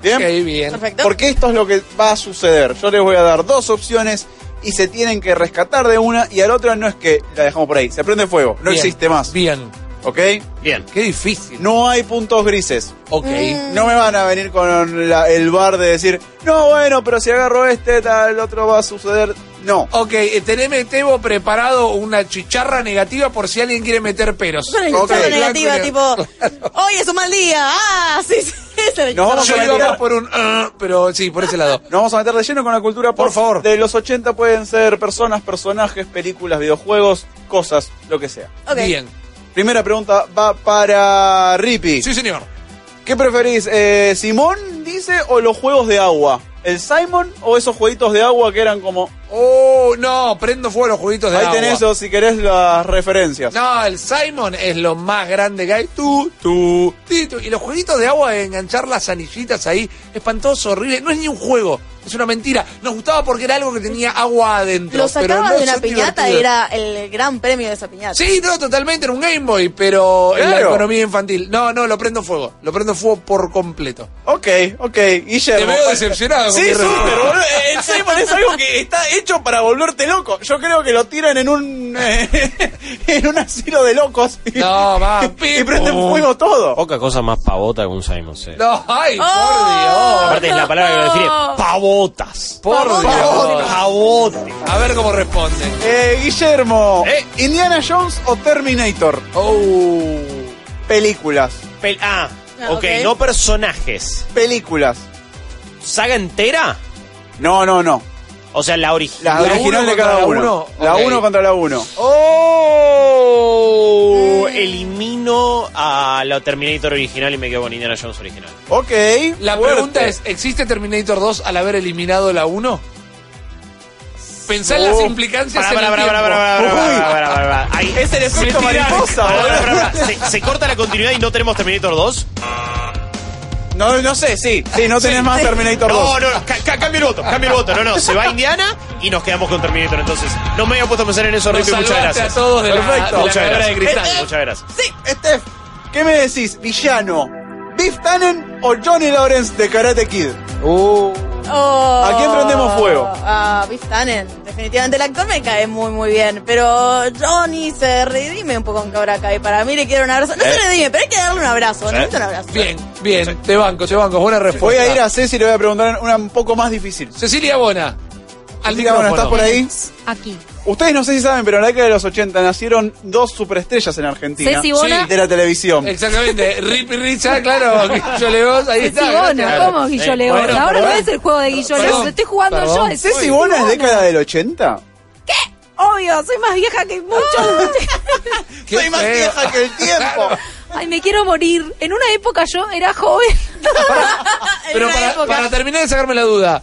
Speaker 3: Bien.
Speaker 2: Ok, bien.
Speaker 4: Perfecto.
Speaker 3: Porque esto es lo que va a suceder. Yo les voy a dar dos opciones y se tienen que rescatar de una y a la otra no es que la dejamos por ahí. Se prende fuego, no
Speaker 2: Bien.
Speaker 3: existe más.
Speaker 2: Bien.
Speaker 3: ¿Ok?
Speaker 5: Bien.
Speaker 2: Qué difícil.
Speaker 3: No hay puntos grises.
Speaker 2: Ok.
Speaker 4: Mm.
Speaker 3: No me van a venir con la- el bar de decir, no, bueno, pero si agarro este, tal, el otro va a suceder. No.
Speaker 2: Ok, eh, teneme, Tebo, preparado una chicharra negativa por si alguien quiere meter peros.
Speaker 4: Esa es la
Speaker 3: Ok.
Speaker 4: historia
Speaker 2: Blanco y
Speaker 4: negativa,
Speaker 2: negro.
Speaker 4: tipo, hoy es un mal día. Ah, sí, sí. esa es la
Speaker 3: Nos vamos
Speaker 2: Yo
Speaker 4: historia
Speaker 2: iba
Speaker 4: negativa.
Speaker 2: más por un... ah, pero sí, por ese lado.
Speaker 3: Nos vamos a meter de lleno con la cultura pop.
Speaker 2: Por favor.
Speaker 3: De los 80 pueden ser personas, personajes, películas, videojuegos, cosas, lo que sea.
Speaker 4: Ok.
Speaker 2: Bien.
Speaker 3: Primera pregunta va para Rippy.
Speaker 2: Sí, señor.
Speaker 3: ¿Qué preferís, eh, Simón, dice, o los juegos de agua? ¿El Simon o esos jueguitos de agua que eran como...
Speaker 2: Oh, no, prendo fuego a los jueguitos de
Speaker 3: Ahí
Speaker 2: agua.
Speaker 3: tenés, o si querés, las referencias.
Speaker 2: No, el Simon es lo más grande que hay. Tú, tú, ti, tú. Y los jueguitos de agua de enganchar las anillitas ahí, espantoso, horrible. No es ni un juego, es una mentira. Nos gustaba porque era algo que tenía agua adentro.
Speaker 4: Lo
Speaker 2: pero
Speaker 4: sacaba
Speaker 2: no
Speaker 4: de una
Speaker 2: son
Speaker 4: piñata y
Speaker 2: divertidos.
Speaker 4: era el gran premio de esa piñata.
Speaker 2: Sí, no, totalmente, era un Game Boy, pero en la
Speaker 3: Claro.
Speaker 2: economía infantil. No, no, lo prendo fuego. Lo prendo fuego por completo.
Speaker 3: Ok, ok,
Speaker 2: Te
Speaker 3: Guillermo.
Speaker 2: veo decepcionado. con
Speaker 3: Sí,
Speaker 2: mi
Speaker 3: eh, súper,
Speaker 2: respuesta.
Speaker 3: boludo. El Simon es algo que está hecho para volverte loco. Yo creo que lo tiran en un un, eh, en un asilo de locos y,
Speaker 2: No, va.
Speaker 3: y
Speaker 2: pim,
Speaker 3: prenden
Speaker 2: pum.
Speaker 3: fuego todo.
Speaker 5: Poca cosa más pavota que un Simon Says.
Speaker 2: No, ay,
Speaker 4: Oh.
Speaker 5: Aparte es la palabra que lo define.
Speaker 4: no.
Speaker 5: Pavotas.
Speaker 2: por Dios. Por Dios.
Speaker 5: Pavote.
Speaker 2: A ver cómo responde.
Speaker 3: Eh, Guillermo,
Speaker 5: Eh.
Speaker 3: Indiana Jones o Terminator.
Speaker 2: Oh.
Speaker 3: Películas,
Speaker 5: Pel- ah,
Speaker 4: Ah,
Speaker 5: ok,
Speaker 4: ok.
Speaker 5: no personajes.
Speaker 3: películas.
Speaker 5: ¿Saga entera?
Speaker 3: No, no, no.
Speaker 5: O sea, la
Speaker 3: La,
Speaker 5: original.
Speaker 2: ¿La
Speaker 3: original
Speaker 2: uno
Speaker 3: de
Speaker 2: contra
Speaker 3: cada
Speaker 2: la
Speaker 3: uno.
Speaker 2: uno?
Speaker 3: La
Speaker 2: Ok.
Speaker 3: 1 contra la 1.
Speaker 5: ¡Oh! Elimino a la Terminator original y me quedo con Indiana Jones original.
Speaker 3: Ok.
Speaker 2: La
Speaker 3: fuerte.
Speaker 2: pregunta es, ¿existe Terminator 2 al haber eliminado la 1? Pensá en las
Speaker 3: Oh.
Speaker 2: implicancias
Speaker 5: Pará,
Speaker 2: en
Speaker 5: pará,
Speaker 2: el
Speaker 5: pará,
Speaker 2: tiempo. Este
Speaker 5: pará, pará, pará,
Speaker 3: Uy.
Speaker 5: pará, pará, pará, pará. Ahí.
Speaker 3: Es el efecto
Speaker 5: Mentira.
Speaker 3: mariposa,
Speaker 5: Pará,
Speaker 3: boludo.
Speaker 5: pará, pará, pará. ¿Se, se corta la continuidad y no tenemos Terminator 2?
Speaker 3: No, no sé, sí. Sí, no tenés más Terminator 2.
Speaker 5: No, no, no, ca- ca- cambio el voto, cambio el voto. No, no, se va a Indiana y nos quedamos con Terminator. Entonces, no me había puesto a pensar en eso,
Speaker 2: Nos
Speaker 5: Rippy. Muchas
Speaker 2: salvaste
Speaker 5: gracias.
Speaker 2: a todos de la-
Speaker 3: Perfecto.
Speaker 2: de la,
Speaker 5: Muchas
Speaker 2: cadera de
Speaker 5: gracias.
Speaker 2: cristal.
Speaker 5: Eh, eh. Muchas gracias.
Speaker 3: Sí, Steph, ¿qué me decís? ¿Villano? ¿Biff Tannen o Johnny Lawrence de Karate Kid?
Speaker 4: Oh.
Speaker 3: ¿A quién prendemos fuego?
Speaker 4: A Biff Tannen. Definitivamente el actor me cae muy, muy bien. Pero Johnny se redime un poco con Cobra Kai. Para mí le quiero un abrazo.
Speaker 3: Eh.
Speaker 4: No se redime, pero hay que darle un abrazo. Necesito un abrazo.
Speaker 2: Bien, bien, te banco, te banco, buena respuesta.
Speaker 3: Voy a ir a Ceci y le voy a preguntar una un poco más difícil.
Speaker 2: Cecilia Bona. Al
Speaker 3: Cecilia, bueno,
Speaker 2: micrófono.
Speaker 3: ¿estás por ahí?
Speaker 6: Aquí.
Speaker 3: Ustedes no sé si saben, pero en la década de los 80 nacieron dos superestrellas en Argentina.
Speaker 6: Ceci Bona.
Speaker 3: De la televisión.
Speaker 2: Exactamente, Rip y Richa, claro, Guillo León, ahí está.
Speaker 6: Guillona,
Speaker 2: gracias.
Speaker 6: ¿cómo Guillo León?
Speaker 2: bueno,
Speaker 6: Ahora no
Speaker 3: perdón.
Speaker 6: es el juego de Guillo
Speaker 2: Perdón,
Speaker 6: León, estoy jugando
Speaker 2: perdón.
Speaker 6: yo. es
Speaker 3: ¿Ceci
Speaker 6: Ceci
Speaker 3: Bona es
Speaker 6: Bona.
Speaker 3: década del 80?
Speaker 6: Obvio, soy más vieja que muchos.
Speaker 2: Qué
Speaker 3: Soy más
Speaker 2: feo.
Speaker 3: vieja que el tiempo.
Speaker 6: Ay, me quiero morir. En una época yo era joven.
Speaker 4: En
Speaker 2: Pero
Speaker 4: una
Speaker 2: para,
Speaker 4: época-
Speaker 2: para terminar de sacarme la duda,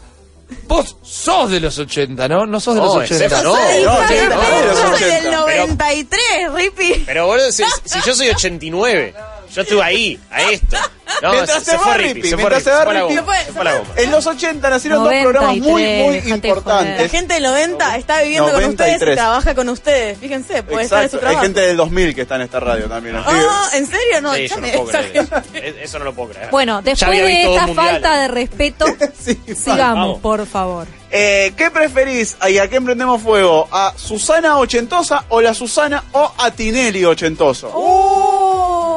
Speaker 2: vos sos de los 80, ¿no? No sos de los
Speaker 5: No,
Speaker 2: 80.
Speaker 5: excepto-
Speaker 2: ¿no?
Speaker 4: Soy
Speaker 3: no,
Speaker 4: hija
Speaker 3: sí,
Speaker 4: de
Speaker 3: no,
Speaker 4: Biff,
Speaker 3: de los
Speaker 4: yo soy del
Speaker 3: 80,
Speaker 5: pero-
Speaker 4: 93, Rippy.
Speaker 5: Pero boludo, si, si yo soy 89, yo estuve ahí, a esto. No,
Speaker 3: Mientras se va
Speaker 5: fue Rippy,
Speaker 3: Rippy,
Speaker 5: se fue
Speaker 3: mientras
Speaker 5: Rippy,
Speaker 3: se va
Speaker 5: fue la
Speaker 3: Rippy.
Speaker 5: bomba, se fue la
Speaker 2: Eh,
Speaker 5: bomba.
Speaker 3: En los 80 nacieron dos
Speaker 6: 93,
Speaker 3: programas muy, muy
Speaker 6: dejate de
Speaker 4: La
Speaker 3: importantes.
Speaker 4: gente del 90 está viviendo con ustedes y
Speaker 3: 93.
Speaker 4: trabaja con ustedes. Fíjense, puede estar en
Speaker 3: Exacto.
Speaker 4: su
Speaker 3: Hay
Speaker 4: trabajo.
Speaker 3: gente del 2000 que está en esta radio también. así que-
Speaker 4: Ah, ¿en serio? No,
Speaker 5: Sí,
Speaker 4: ya
Speaker 5: yo no
Speaker 4: me-
Speaker 5: puedo creer eso. E- Eso no lo puedo creer.
Speaker 6: Bueno,
Speaker 5: Ya
Speaker 6: después
Speaker 5: había
Speaker 6: de
Speaker 5: visto dos
Speaker 6: esta
Speaker 5: mundiales.
Speaker 6: falta de respeto,
Speaker 3: Sí,
Speaker 6: sigamos,
Speaker 5: vamos.
Speaker 6: por favor.
Speaker 3: Eh, ¿Qué preferís? ¿Y a quién prendemos fuego? ¿A Susana Ochentosa o la Susana o a Tinelli Ochentoso?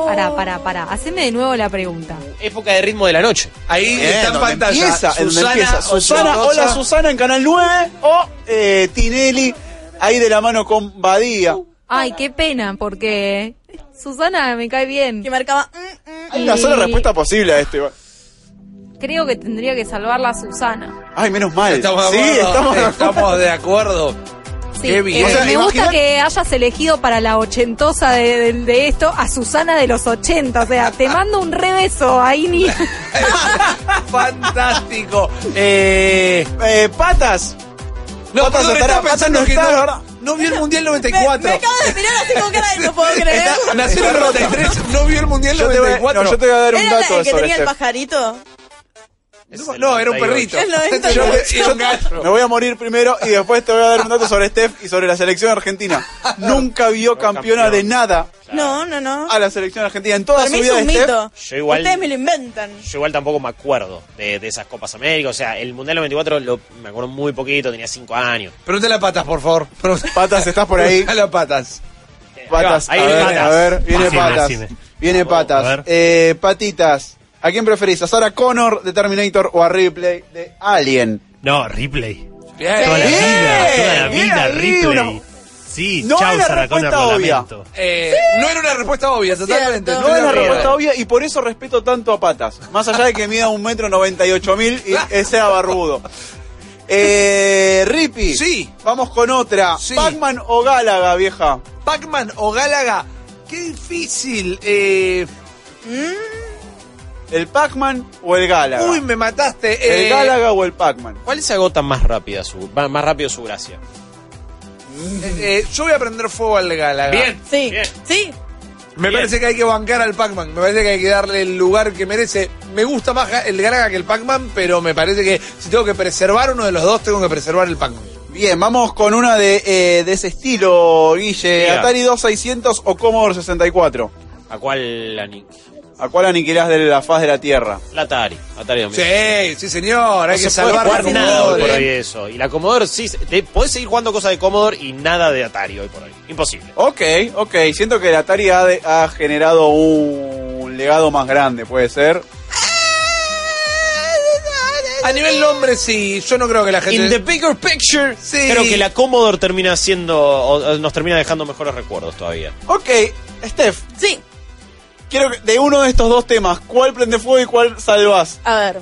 Speaker 6: Pará, pará, pará. Haceme de nuevo la pregunta.
Speaker 5: Época de ritmo de la noche.
Speaker 2: Ahí
Speaker 3: Bien,
Speaker 2: está en
Speaker 3: donde
Speaker 2: pantalla.
Speaker 3: empieza, en donde empieza. Susana,
Speaker 2: Ochoa,
Speaker 3: hola Susana en Canal 9 o eh, Tinelli ahí de la mano con Badía.
Speaker 6: Ay, qué pena, porque Susana me cae bien.
Speaker 4: Que marcaba... mm, mm.
Speaker 3: Hay una
Speaker 6: Y-
Speaker 3: sola respuesta posible a esto. Iván.
Speaker 6: Creo que tendría que salvarla a Susana.
Speaker 3: Ay, menos mal.
Speaker 2: Estamos
Speaker 3: sí,
Speaker 2: de acuerdo.
Speaker 3: estamos de acuerdo.
Speaker 2: estamos de acuerdo.
Speaker 6: Sí,
Speaker 2: Qué bien. O
Speaker 6: eh,
Speaker 2: sea,
Speaker 6: me
Speaker 3: imagina-
Speaker 6: gusta que hayas elegido para la ochentosa de, de- de esto a Susana de los ochenta. O sea, te mando un rebeso ahí, ni.
Speaker 2: Fantástico. Eh,
Speaker 3: Eh, patas.
Speaker 2: no,
Speaker 3: Patas
Speaker 2: perdón,
Speaker 3: estará-
Speaker 2: estaba
Speaker 3: patas
Speaker 2: pensando
Speaker 3: no
Speaker 2: que
Speaker 3: está,
Speaker 2: no,
Speaker 3: ¿verdad?
Speaker 2: no vio el Mundial
Speaker 4: Me, me
Speaker 2: 94.
Speaker 4: acaba de mirar así con cara de no puedo creer.
Speaker 2: Está- nació en el 93, no vio el Mundial
Speaker 3: Yo te, voy,
Speaker 2: 94.
Speaker 3: no, yo te voy a dar un
Speaker 4: ¿Era
Speaker 3: dato
Speaker 4: el que
Speaker 3: sobre
Speaker 4: tenía el
Speaker 3: Steph.
Speaker 4: pajarito?
Speaker 2: No, no, era un perrito.
Speaker 4: Es el 98.
Speaker 2: Yo te- era un gallo.
Speaker 3: Me voy a morir primero y después te voy a dar un dato sobre Steph y sobre la selección argentina. Nunca vio campeona de nada
Speaker 4: No, no, no.
Speaker 3: a la selección argentina en toda
Speaker 4: Para
Speaker 3: su
Speaker 4: mí es
Speaker 3: vida de
Speaker 4: un
Speaker 3: Steph.
Speaker 4: mito.
Speaker 5: Yo igual-
Speaker 4: Ustedes me lo inventan.
Speaker 5: Yo igual tampoco me acuerdo de, de esas Copas América. O sea, el Mundial 94 lo, me acuerdo muy poquito, tenía 5 años.
Speaker 2: Pregúntale a patas, por favor. Pregúntale-
Speaker 3: Patas, ¿estás por ahí?
Speaker 2: Pregúntale a patas.
Speaker 3: Patas,
Speaker 5: Ahí
Speaker 3: a,
Speaker 5: viene
Speaker 3: ver,
Speaker 5: Patas.
Speaker 3: a ver, viene
Speaker 5: Decime,
Speaker 3: patas.
Speaker 5: decime.
Speaker 3: Viene
Speaker 5: Oh,
Speaker 3: patas.
Speaker 5: a ver.
Speaker 3: Eh, patitas. ¿A quién preferís? ¿A Sarah Connor de Terminator o a Ripley de Alien?
Speaker 7: No, replay.
Speaker 2: Bien.
Speaker 7: Toda la
Speaker 3: Bien,
Speaker 7: vida, toda la
Speaker 3: bien
Speaker 7: vida,
Speaker 3: ahí,
Speaker 7: replay.
Speaker 3: una-
Speaker 7: Sí,
Speaker 3: No
Speaker 7: chau,
Speaker 3: era
Speaker 7: Sarah Connor,
Speaker 3: respuesta
Speaker 7: lo
Speaker 3: obvia.
Speaker 7: lamento.
Speaker 2: Eh, No era una respuesta obvia, totalmente.
Speaker 4: Cierto.
Speaker 3: No es la
Speaker 5: Bien.
Speaker 3: respuesta obvia y por eso respeto tanto a Patas. Más allá de que mida un metro noventa y ocho mil y eh, sea barbudo. Eh, Rippy.
Speaker 2: Sí.
Speaker 3: Vamos con otra.
Speaker 2: Sí.
Speaker 3: Pac-Man o Gálaga, vieja.
Speaker 2: Pac-Man o Gálaga. Qué difícil. Eh,
Speaker 3: ¿El Pac-Man o el Gálaga?
Speaker 2: uy, me mataste.
Speaker 3: ¿El
Speaker 2: Eh,
Speaker 3: Gálaga o el Pac-man?
Speaker 5: ¿Cuál se agota más, rápida su, va- más rápido su gracia?
Speaker 2: eh, eh, yo voy a prender fuego al Gálaga.
Speaker 4: Sí,
Speaker 5: Bien.
Speaker 4: sí.
Speaker 2: Me
Speaker 5: Bien.
Speaker 2: parece que hay que bancar al Pac-Man. Me parece que hay que darle el lugar que merece. Me gusta más Ga- el Gálaga que el Pac-Man, pero me parece que si tengo que preservar uno de los dos, tengo que preservar el Pac-Man.
Speaker 3: Bien, vamos con una de, eh, de ese estilo, Guille.
Speaker 5: Diga.
Speaker 3: Atari 2600 o Commodore 64.
Speaker 5: ¿A cuál, Ani?
Speaker 3: ¿A cuál aniquilás de la faz de la Tierra?
Speaker 5: La Atari. Atari 2000.
Speaker 2: Sí, sí, señor. Hay
Speaker 5: No
Speaker 2: que
Speaker 5: se puede
Speaker 2: salvar
Speaker 5: jugar
Speaker 2: el
Speaker 5: nada hoy
Speaker 2: fútbol,
Speaker 5: por
Speaker 2: ¿eh?
Speaker 5: hoy eso. Y la Commodore, sí, te, podés seguir jugando cosas de Commodore y nada de Atari hoy por hoy. Imposible.
Speaker 3: Ok, ok. Siento que la Atari ha, de- ha generado un legado más grande, puede ser.
Speaker 2: A nivel nombre, sí. Yo no creo que la gente.
Speaker 5: In the bigger picture,
Speaker 2: Sí.
Speaker 5: creo que la Commodore termina siendo, o- o nos termina dejando mejores recuerdos todavía.
Speaker 3: Ok, Steph,
Speaker 4: Sí,
Speaker 3: quiero que de uno de estos dos temas, ¿cuál prende fuego y cuál salvás?
Speaker 4: a ver.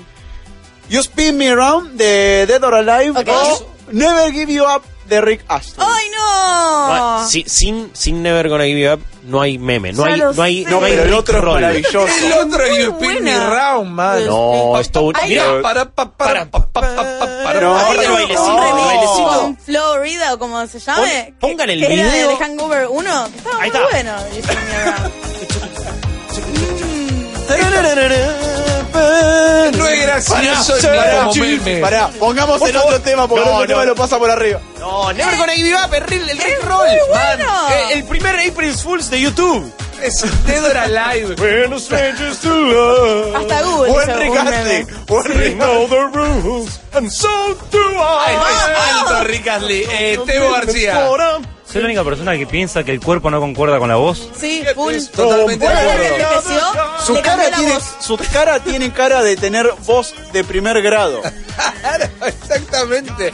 Speaker 3: You Spin Me Around de Dead or Alive
Speaker 4: Ok. Oh.
Speaker 3: o Never Give You Up de Rick Astley.
Speaker 4: ¡Ay, no!
Speaker 5: No, si- sin, sin Never Gonna Give Up no hay meme, no
Speaker 4: Ah. Ya
Speaker 5: hay,
Speaker 4: lo
Speaker 5: no hay,
Speaker 4: sé.
Speaker 3: no,
Speaker 5: hay
Speaker 3: pero el
Speaker 5: Rick
Speaker 3: otro es
Speaker 5: Roll.
Speaker 3: maravilloso.
Speaker 2: El otro
Speaker 4: Muy
Speaker 2: y un pin me
Speaker 4: buena.
Speaker 2: round, man.
Speaker 5: No, esto
Speaker 4: Ay,
Speaker 5: mira,
Speaker 2: para, pa, para, pa, pa, pa, pa, para.
Speaker 3: No.
Speaker 4: Hay
Speaker 5: Aparte el
Speaker 4: un-
Speaker 5: bailecito,
Speaker 4: un
Speaker 3: el
Speaker 4: remix
Speaker 3: bailecito.
Speaker 4: con Flo Rida o como se llame.
Speaker 5: Pon- pongan el
Speaker 4: que era
Speaker 5: video.
Speaker 4: de Hangover 1. que Estaba
Speaker 5: Ahí
Speaker 4: muy
Speaker 5: está.
Speaker 4: bueno. You Spin Me Around.
Speaker 2: No es gracioso ni
Speaker 3: Pará,
Speaker 2: como
Speaker 3: chif,
Speaker 2: meme.
Speaker 3: pará, pongamos el otro tema porque el
Speaker 5: No,
Speaker 3: otro
Speaker 5: no.
Speaker 3: tema lo pasa por arriba.
Speaker 5: no, Never Gonna Give Up, el, Rick- el Rick
Speaker 4: Es
Speaker 5: Roll,
Speaker 4: muy
Speaker 5: man.
Speaker 4: bueno.
Speaker 5: Eh, el primer April's Fools de YouTube.
Speaker 2: Es Dead or Alive.
Speaker 5: When a stranger's to love.
Speaker 4: Hasta Google. hizo
Speaker 3: Buen
Speaker 4: un
Speaker 3: Rick Astley,
Speaker 4: meme.
Speaker 3: buen Rick
Speaker 5: know the rules, and so do
Speaker 2: Ay, no
Speaker 5: I.
Speaker 2: es alto, Rick Astley. Eh, Tebo García.
Speaker 7: Soy la única persona que piensa que el cuerpo no concuerda con la voz.
Speaker 4: Sí, full.
Speaker 2: Totalmente de
Speaker 4: Bueno,
Speaker 2: acuerdo.
Speaker 4: envejeció,
Speaker 3: Su
Speaker 4: le cambió
Speaker 3: cara,
Speaker 4: la
Speaker 3: tiene,
Speaker 4: voz.
Speaker 3: su cara tiene cara de tener voz de primer grado.
Speaker 2: Exactamente.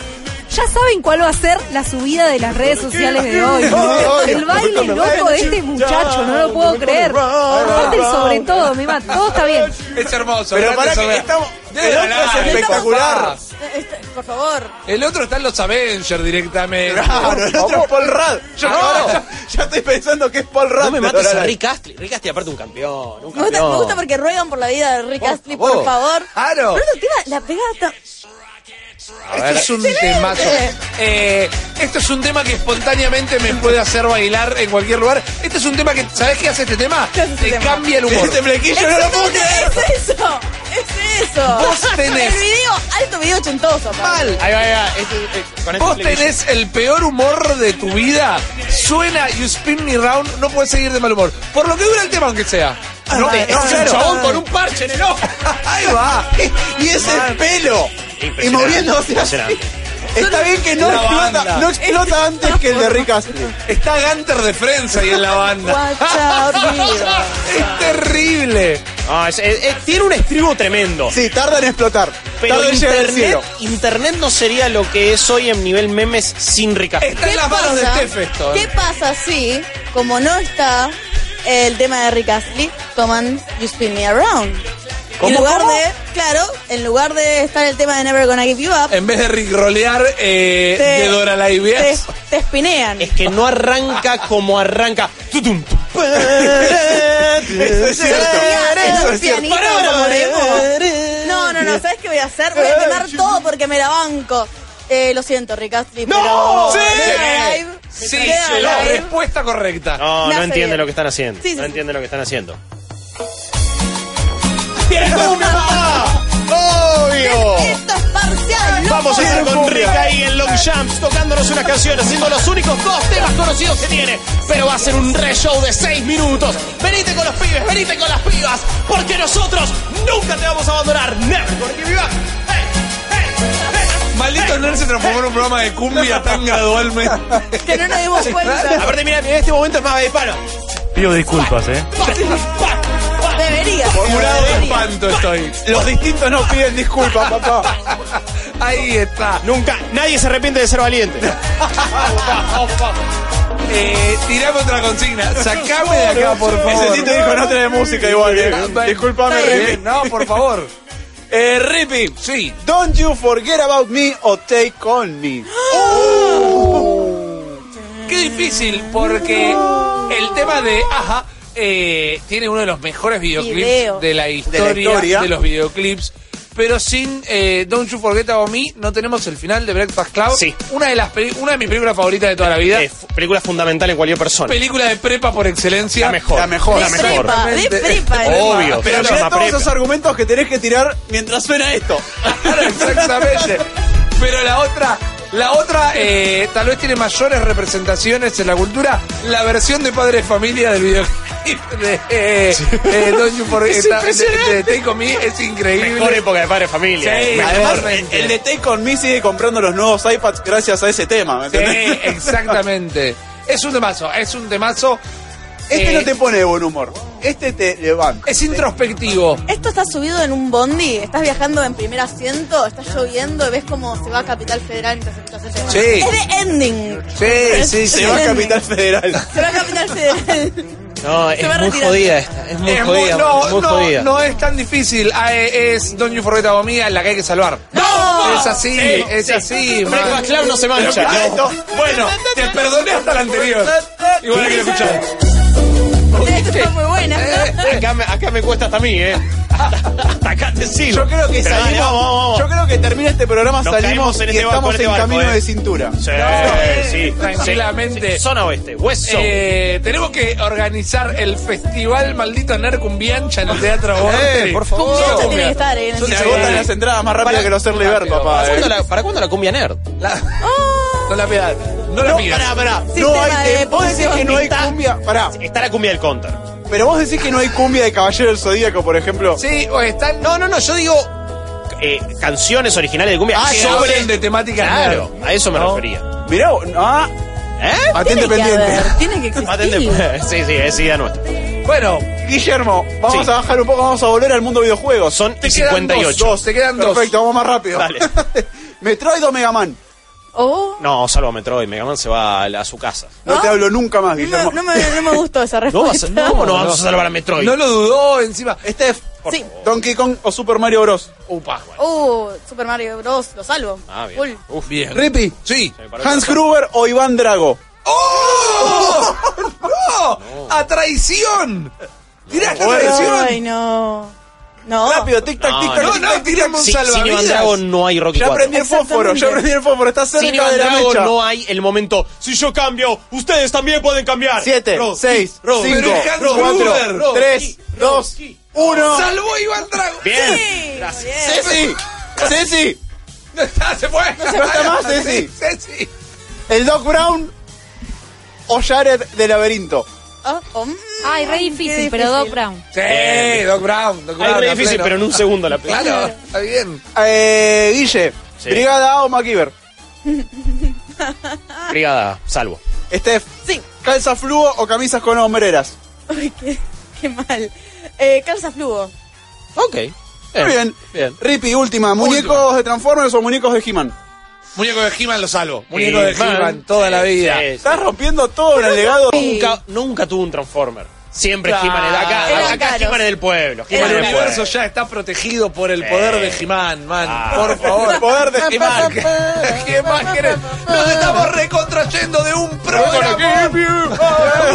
Speaker 6: Ya saben cuál va a ser la subida de las redes sociales de hoy. ¿no? El baile loco de este muchacho, no lo puedo creer. Aparte, el sobre todo, me mata. Todo está bien.
Speaker 2: Es hermoso.
Speaker 3: Pero
Speaker 2: grande
Speaker 3: pará que
Speaker 2: sobre-
Speaker 3: estamos-
Speaker 2: Dead
Speaker 3: el
Speaker 2: or
Speaker 3: otro es
Speaker 2: Alive.
Speaker 3: espectacular.
Speaker 4: Eh, este, Por favor.
Speaker 2: El otro está en los Avengers directamente.
Speaker 5: Ah,
Speaker 3: Claro, el otro es Paul Rudd. Yo
Speaker 2: No.
Speaker 3: ahora ya, ya estoy pensando que es Paul Rudd.
Speaker 5: No me
Speaker 3: pero
Speaker 5: mates
Speaker 3: ahora-
Speaker 5: a Rick Astley. Rick Astley aparte un campeón, un
Speaker 4: Me gusta, me gusta
Speaker 5: campeón.
Speaker 4: porque ruegan por la vida de Rick Astley,
Speaker 2: favor.
Speaker 4: por favor.
Speaker 2: Claro.
Speaker 4: Pero este tema, la pegada
Speaker 2: Esto es un temazo. Eh, esto es un tema que espontáneamente me puede hacer bailar en cualquier lugar. Este es un tema que, ¿sabés qué hace este tema?
Speaker 4: ¿Qué hace este
Speaker 2: Te
Speaker 4: tema?
Speaker 2: cambia el humor.
Speaker 3: Este flequillo no lo puedo creer.
Speaker 4: Es eso. Es eso.
Speaker 2: Vos tenés-
Speaker 4: El video, alto video ochentoso. aparte.
Speaker 2: Mal.
Speaker 5: Ahí va, ahí va. Este, eh, con este
Speaker 2: Vos
Speaker 5: flequillo.
Speaker 2: tenés el peor humor de tu vida. Suena You Spin Me Round, no puedes seguir de mal humor. Por lo que dura el tema, aunque sea. eh,
Speaker 3: No,
Speaker 2: te-
Speaker 3: no,
Speaker 2: es un
Speaker 3: claro.
Speaker 2: Ah, chabón con un parche en el ojo.
Speaker 3: Ahí va. Ah, Y ese pelo. Y
Speaker 5: Impresionante,
Speaker 3: moviéndose así.
Speaker 5: impresionante.
Speaker 3: Está bien que no
Speaker 2: La
Speaker 3: explota,
Speaker 2: banda.
Speaker 3: no
Speaker 4: Este
Speaker 3: explota antes que el de Rick Astley.
Speaker 2: Está Gunter de Frenza ahí en la banda.
Speaker 4: Watch out, Rick.
Speaker 2: es terrible.
Speaker 5: Ah, es- es- es- tiene un estribo tremendo.
Speaker 3: Sí, tarda en explotar.
Speaker 5: Pero
Speaker 3: tarda en llegar al
Speaker 5: internet,
Speaker 3: cielo.
Speaker 5: internet no sería lo que es hoy en nivel memes sin Rick Astley.
Speaker 2: Está en las manos de Steph esto.
Speaker 4: ¿Qué
Speaker 2: ¿eh?
Speaker 4: pasa si, como no está el tema de Rick Astley, toman You Spin Me Around? en lugar de, claro, en lugar de estar el tema de Never Gonna Give You Up,
Speaker 2: En vez de rigrolear eh,
Speaker 4: te,
Speaker 2: de Dora la
Speaker 4: te, te espinean.
Speaker 5: Es que no arranca como arranca. Tutum, tum, pa, ra,
Speaker 3: Eso es cierto. Eso es cierto.
Speaker 4: Pianito, como demo. No, no, no, ¿sabes qué voy a hacer? Voy a quemar todo porque me la banco. Eh, lo siento, Rick Astley, pero...
Speaker 2: ¡Sí!
Speaker 4: Dead Alive,
Speaker 2: Sí,
Speaker 4: Dead
Speaker 2: sí, la
Speaker 4: Alive.
Speaker 2: respuesta correcta.
Speaker 5: No, no
Speaker 4: Nace
Speaker 5: entiende
Speaker 4: bien.
Speaker 5: lo que están haciendo.
Speaker 4: Sí, sí,
Speaker 5: No
Speaker 4: sí.
Speaker 5: entiende lo que están haciendo.
Speaker 3: ¡Obvio!
Speaker 4: Esto es parcial, loco.
Speaker 5: Vamos a estar con
Speaker 3: Bien,
Speaker 5: Rick
Speaker 3: cumbia.
Speaker 5: ahí en Long Jumps tocándonos unas canciones, siendo los únicos dos temas conocidos que tiene. Pero va a ser un re show de 6 minutos. Venite con los pibes, venite con las pibas, porque nosotros nunca te vamos a abandonar. Never gonna give you up. Hey, hey, hey.
Speaker 2: Maldito Nerd se transformó en un programa de cumbia tan gradualmente.
Speaker 4: Que no nos dimos cuenta.
Speaker 5: Aparte, mira, en este momento es más de disparo.
Speaker 7: Pido disculpas, eh.
Speaker 5: Pa, pa, pa.
Speaker 4: Debería.
Speaker 2: Curado de
Speaker 4: debería.
Speaker 2: espanto estoy.
Speaker 3: Los distintos no piden disculpas, papá.
Speaker 2: Ahí está.
Speaker 5: Nunca, nadie se arrepiente de ser valiente.
Speaker 2: Eh, tirame otra consigna. Sacame de acá, por favor.
Speaker 3: Ese sí te dijo no tener música igual. eh. Disculpame,
Speaker 2: Está
Speaker 3: Ricky.
Speaker 2: bien, No, por favor. Eh, Rippy, sí.
Speaker 3: Don't you forget about me o take on me.
Speaker 2: Qué difícil, porque el tema de Aja eh, tiene uno de los mejores videoclips
Speaker 4: Video.
Speaker 2: de la historia de,
Speaker 3: historia.
Speaker 2: los videoclips. Pero sin eh, Don't You Forget About Me no tenemos el final de Breakfast Club.
Speaker 5: Sí.
Speaker 2: Una de las peli- una de mis películas favoritas de toda la vida.
Speaker 5: Eh, fu- película fundamental en cualquier persona.
Speaker 2: película de prepa por excelencia.
Speaker 5: La mejor.
Speaker 3: La mejor.
Speaker 5: La
Speaker 4: De
Speaker 5: mejor.
Speaker 4: prepa, de prepa. de
Speaker 5: Obvio.
Speaker 3: Pero
Speaker 5: se llama
Speaker 3: mirá todos
Speaker 5: prepa.
Speaker 3: esos argumentos que tenés que tirar mientras suena esto.
Speaker 2: Claro, exactamente. Pero la otra, la otra eh, tal vez tiene mayores representaciones en la cultura, la versión de Padre de Familia del video clip de, de Don't You Forget está- de- de Take On Me es
Speaker 5: Mejor
Speaker 2: increíble.
Speaker 5: época de padre familia.
Speaker 2: Sí,
Speaker 3: Además, el,
Speaker 2: realmente.
Speaker 3: el de Take On Me sigue comprando los nuevos iPads gracias a ese tema, ¿me
Speaker 2: Sí,
Speaker 3: entendés?
Speaker 2: exactamente. Es un temazo, es un temazo.
Speaker 3: Este
Speaker 2: Eh,
Speaker 3: no te pone de buen humor. Este te levanta.
Speaker 2: Es introspectivo.
Speaker 4: Esto está subido en un bondi, estás viajando en primer asiento, está lloviendo y ves cómo se va a Capital Federal mientras escuchas el tema.
Speaker 2: Sí.
Speaker 4: Es de ending.
Speaker 2: Sí, sí,
Speaker 3: Se va a Capital Federal.
Speaker 4: Se va a Capital Federal.
Speaker 5: No, es
Speaker 4: va a
Speaker 5: muy
Speaker 4: retirar.
Speaker 5: jodida esta. Es muy
Speaker 2: Es muy-
Speaker 5: jodida.
Speaker 2: no,
Speaker 5: muy
Speaker 2: no,
Speaker 5: jodida.
Speaker 2: no es tan difícil. Ah, eh, es Don't You Forget About Me, la que hay que salvar.
Speaker 5: ¡No!
Speaker 2: Es así, es así, man.
Speaker 5: Breakfast Club no se mancha.
Speaker 3: Esto-
Speaker 2: Bueno, te perdoné hasta la anterior. Igual hay que escuchar.
Speaker 4: Esto está muy buena.
Speaker 5: Acá, me, acá me cuesta hasta a mí, ¿eh? Hasta, hasta acá te sigo.
Speaker 3: Yo creo que
Speaker 5: Pero dale,
Speaker 3: salimos.
Speaker 5: vamos, vamos,
Speaker 3: Yo
Speaker 5: vamos.
Speaker 3: creo que termina este programa,
Speaker 5: Nos
Speaker 3: salimos
Speaker 5: caemos en
Speaker 3: y
Speaker 5: este barco,
Speaker 3: estamos
Speaker 5: en este
Speaker 3: en
Speaker 5: barco,
Speaker 3: camino
Speaker 5: eh.
Speaker 3: de cintura.
Speaker 5: Sí, sí,
Speaker 2: tranquilamente.
Speaker 5: sí. Zona oeste, hueso.
Speaker 2: Eh, tenemos que organizar el festival maldito Ner Cumbiancha en el
Speaker 5: Eh,
Speaker 2: Teatro Borges.
Speaker 3: por favor.
Speaker 4: Cumbiancha tiene que estar ahí en
Speaker 3: Eh, Se
Speaker 4: el
Speaker 3: agotan las entradas más rápido
Speaker 2: Para-
Speaker 3: que los hacerle ver,
Speaker 2: rápido.
Speaker 3: papá. eh.
Speaker 5: la, ¿Para cuándo la cumbia nerd?
Speaker 2: No la pidas. No la
Speaker 3: No,
Speaker 2: pidas.
Speaker 3: pará, pará. No
Speaker 4: Sistema
Speaker 3: hay
Speaker 4: de
Speaker 3: tem- Vos decís que no hay
Speaker 4: puntos.
Speaker 3: cumbia. Pará.
Speaker 5: Está la cumbia del counter.
Speaker 3: Pero vos decís que no hay cumbia de Caballero del Zodíaco, por ejemplo.
Speaker 2: Sí, o están.
Speaker 5: No, no, no, yo digo eh, canciones originales de cumbia
Speaker 2: Ah, que
Speaker 5: sobre...
Speaker 2: hablen de temática
Speaker 5: Claro, a eso me
Speaker 2: No.
Speaker 5: refería.
Speaker 3: Mirá, vos- ah,
Speaker 5: ¿Eh?
Speaker 3: atente
Speaker 4: Tiene que
Speaker 3: pendiente.
Speaker 4: haber, tiene que existir.
Speaker 5: Atende- Sí, sí, es idea nuestra.
Speaker 2: Nerd. Bueno,
Speaker 3: Guillermo, vamos
Speaker 5: Sí.
Speaker 3: a bajar un poco, vamos a volver al mundo videojuegos.
Speaker 5: Son
Speaker 2: te quedan
Speaker 5: 58.
Speaker 2: dos, dos, te quedan dos.
Speaker 3: Perfecto, vamos más rápido.
Speaker 5: Dale.
Speaker 3: Metroid o Mega Man.
Speaker 4: Oh.
Speaker 5: No, salvo a Metroid, Mega Man se va a, la- a su casa.
Speaker 3: No te
Speaker 4: ¿Ah?
Speaker 3: hablo nunca más,
Speaker 4: No,
Speaker 3: Guillermo.
Speaker 4: me- no me, no me gustó esa
Speaker 5: No, vas
Speaker 4: respuesta.
Speaker 5: a- no, no vamos a salvar a Metroid.
Speaker 2: No lo dudó encima.
Speaker 3: Steph,
Speaker 4: Sí.
Speaker 3: Donkey Kong o Super Mario Bros.
Speaker 2: Upa.
Speaker 4: Uh, Super Mario Bros. Lo salvo.
Speaker 5: Ah, bien.
Speaker 4: Full.
Speaker 5: Uf,
Speaker 2: Bien.
Speaker 3: Rippy.
Speaker 2: Sí.
Speaker 5: me paró el
Speaker 3: Hans
Speaker 5: corazón.
Speaker 3: Gruber o Iván Drago.
Speaker 2: ¡Oh! ¡No! ¡A traición! ¡Tiraste a
Speaker 4: Ay,
Speaker 2: traición!
Speaker 4: no. No.
Speaker 3: Rápido, tic tac,
Speaker 5: No,
Speaker 3: tic tac.
Speaker 2: No,
Speaker 3: tic,
Speaker 2: no,
Speaker 3: tac.
Speaker 2: tiramos
Speaker 5: Si-
Speaker 2: un
Speaker 5: sin Iván
Speaker 2: salvavidas.
Speaker 5: Drago no hay Rocky
Speaker 3: Ya
Speaker 5: 4.
Speaker 3: prendí el fósforo, ya
Speaker 4: Exactamente.
Speaker 3: prendí el fósforo. Está
Speaker 5: Sin
Speaker 3: cerca
Speaker 5: Iván
Speaker 3: de la
Speaker 5: Drago
Speaker 3: mecha.
Speaker 5: no hay el momento. Si yo cambio, ustedes también pueden cambiar.
Speaker 3: Siete,
Speaker 5: Rocky,
Speaker 3: seis,
Speaker 5: Rocky,
Speaker 3: cinco,
Speaker 2: Pero Hans Gruber.
Speaker 3: cuatro,
Speaker 2: Rocky,
Speaker 3: tres, dos, uno.
Speaker 2: ¡Salvó a Iván Drago!
Speaker 5: Bien.
Speaker 4: Sí, bien.
Speaker 3: Ceci, Ceci,
Speaker 2: No está, se fue. No
Speaker 3: se está más, Ceci.
Speaker 2: Ceci.
Speaker 3: el Doc Brown o Jared de Laberinto.
Speaker 4: Ah, oh, mm,
Speaker 6: Ay, re
Speaker 4: qué
Speaker 6: difícil, pero Doc Brown.
Speaker 2: Sí, Doc Brown. Doc Brown.
Speaker 5: Ay, re
Speaker 2: a
Speaker 5: difícil,
Speaker 2: pleno.
Speaker 5: pero en un segundo la pega.
Speaker 2: Claro, está bien.
Speaker 3: Eh, Guille,
Speaker 5: Sí.
Speaker 3: Brigada A o MacGyver.
Speaker 5: Brigada, salvo.
Speaker 3: Steph,
Speaker 4: Sí.
Speaker 3: calza fluo o camisas con hombreras.
Speaker 4: Uy, qué, qué mal. Eh, calza fluo.
Speaker 5: Ok.
Speaker 3: Muy bien.
Speaker 5: Eh, Bien.
Speaker 3: Rippy, última. ¿Muñecos de Transformers o muñecos de He-Man?
Speaker 2: Muñeco de He-Man lo salvo. Muñeco de
Speaker 5: He-Man.
Speaker 2: He-Man toda la vida.
Speaker 5: Sí, sí.
Speaker 3: Estás rompiendo todo en el legado.
Speaker 4: Sí.
Speaker 5: Nunca, nunca tuvo un Transformer. Siempre
Speaker 2: Claro.
Speaker 5: He-Man era acá.
Speaker 4: Eran
Speaker 5: Acá
Speaker 4: caros.
Speaker 5: He-Man del pueblo.
Speaker 2: El
Speaker 5: He-Man del
Speaker 2: universo
Speaker 5: pueblo.
Speaker 2: ya está protegido por el poder de He-Man, man.
Speaker 5: Ah.
Speaker 2: Por favor.
Speaker 3: El poder de
Speaker 2: He-Man. ¿Qué- ¿Qué más querés? Nos estamos recontrayendo de un programa.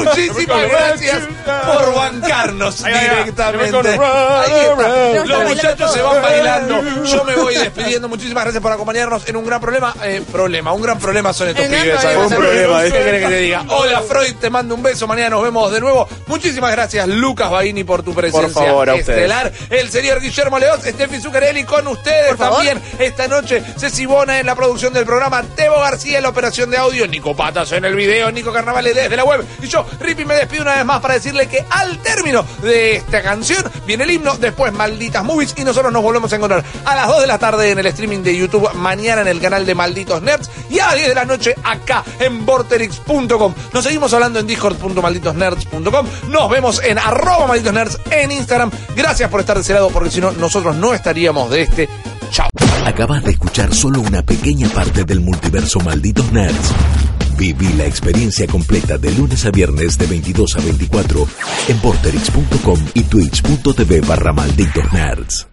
Speaker 2: Muchísimas gracias por bancarnos
Speaker 5: Ahí va,
Speaker 2: directamente. Ahí está.
Speaker 4: Nos
Speaker 2: Los
Speaker 4: está
Speaker 2: muchachos
Speaker 4: bailando
Speaker 2: se van bailando. Yo me voy despidiendo. Muchísimas gracias por acompañarnos en un gran problema. Eh, problema, un gran problema son estos
Speaker 4: Un gran
Speaker 2: pibes.
Speaker 4: problema.
Speaker 2: ¿sabes?
Speaker 3: Un problema, ¿eh?
Speaker 2: ¿Qué querés que te diga? Hola Freud, te mando un beso. Mañana nos vemos de nuevo. Muchísimas gracias Lucas Baini por tu presencia
Speaker 3: favor, a ustedes.
Speaker 2: estelar. El señor Guillermo León, Steffi Zuccarelli con ustedes también. Esta noche Ceci Bona en la producción del programa, Tebo García en la operación de audio, Nico Patas en el video, Nico Carnavales desde la web. Y yo, Ripi, me despido una vez más para decirle que al término de esta canción viene el himno, después Malditas Movies y nosotros nos volvemos a encontrar a las 2 de la tarde en el streaming de YouTube, mañana en el canal de Malditos Nerds y a las 10 de la noche acá en Vorterix.com. Nos seguimos hablando en discord.malditosnerds.com. Nos vemos en arroba malditosnerds en Instagram. Gracias por estar de ese lado porque si no, nosotros no estaríamos de este. Chao.
Speaker 1: Acabas de escuchar solo una pequeña parte del multiverso Malditos Nerds. Viví la experiencia completa de lunes a viernes de 22 a 24 en porterix.com y twitch.tv barra Malditos Nerds.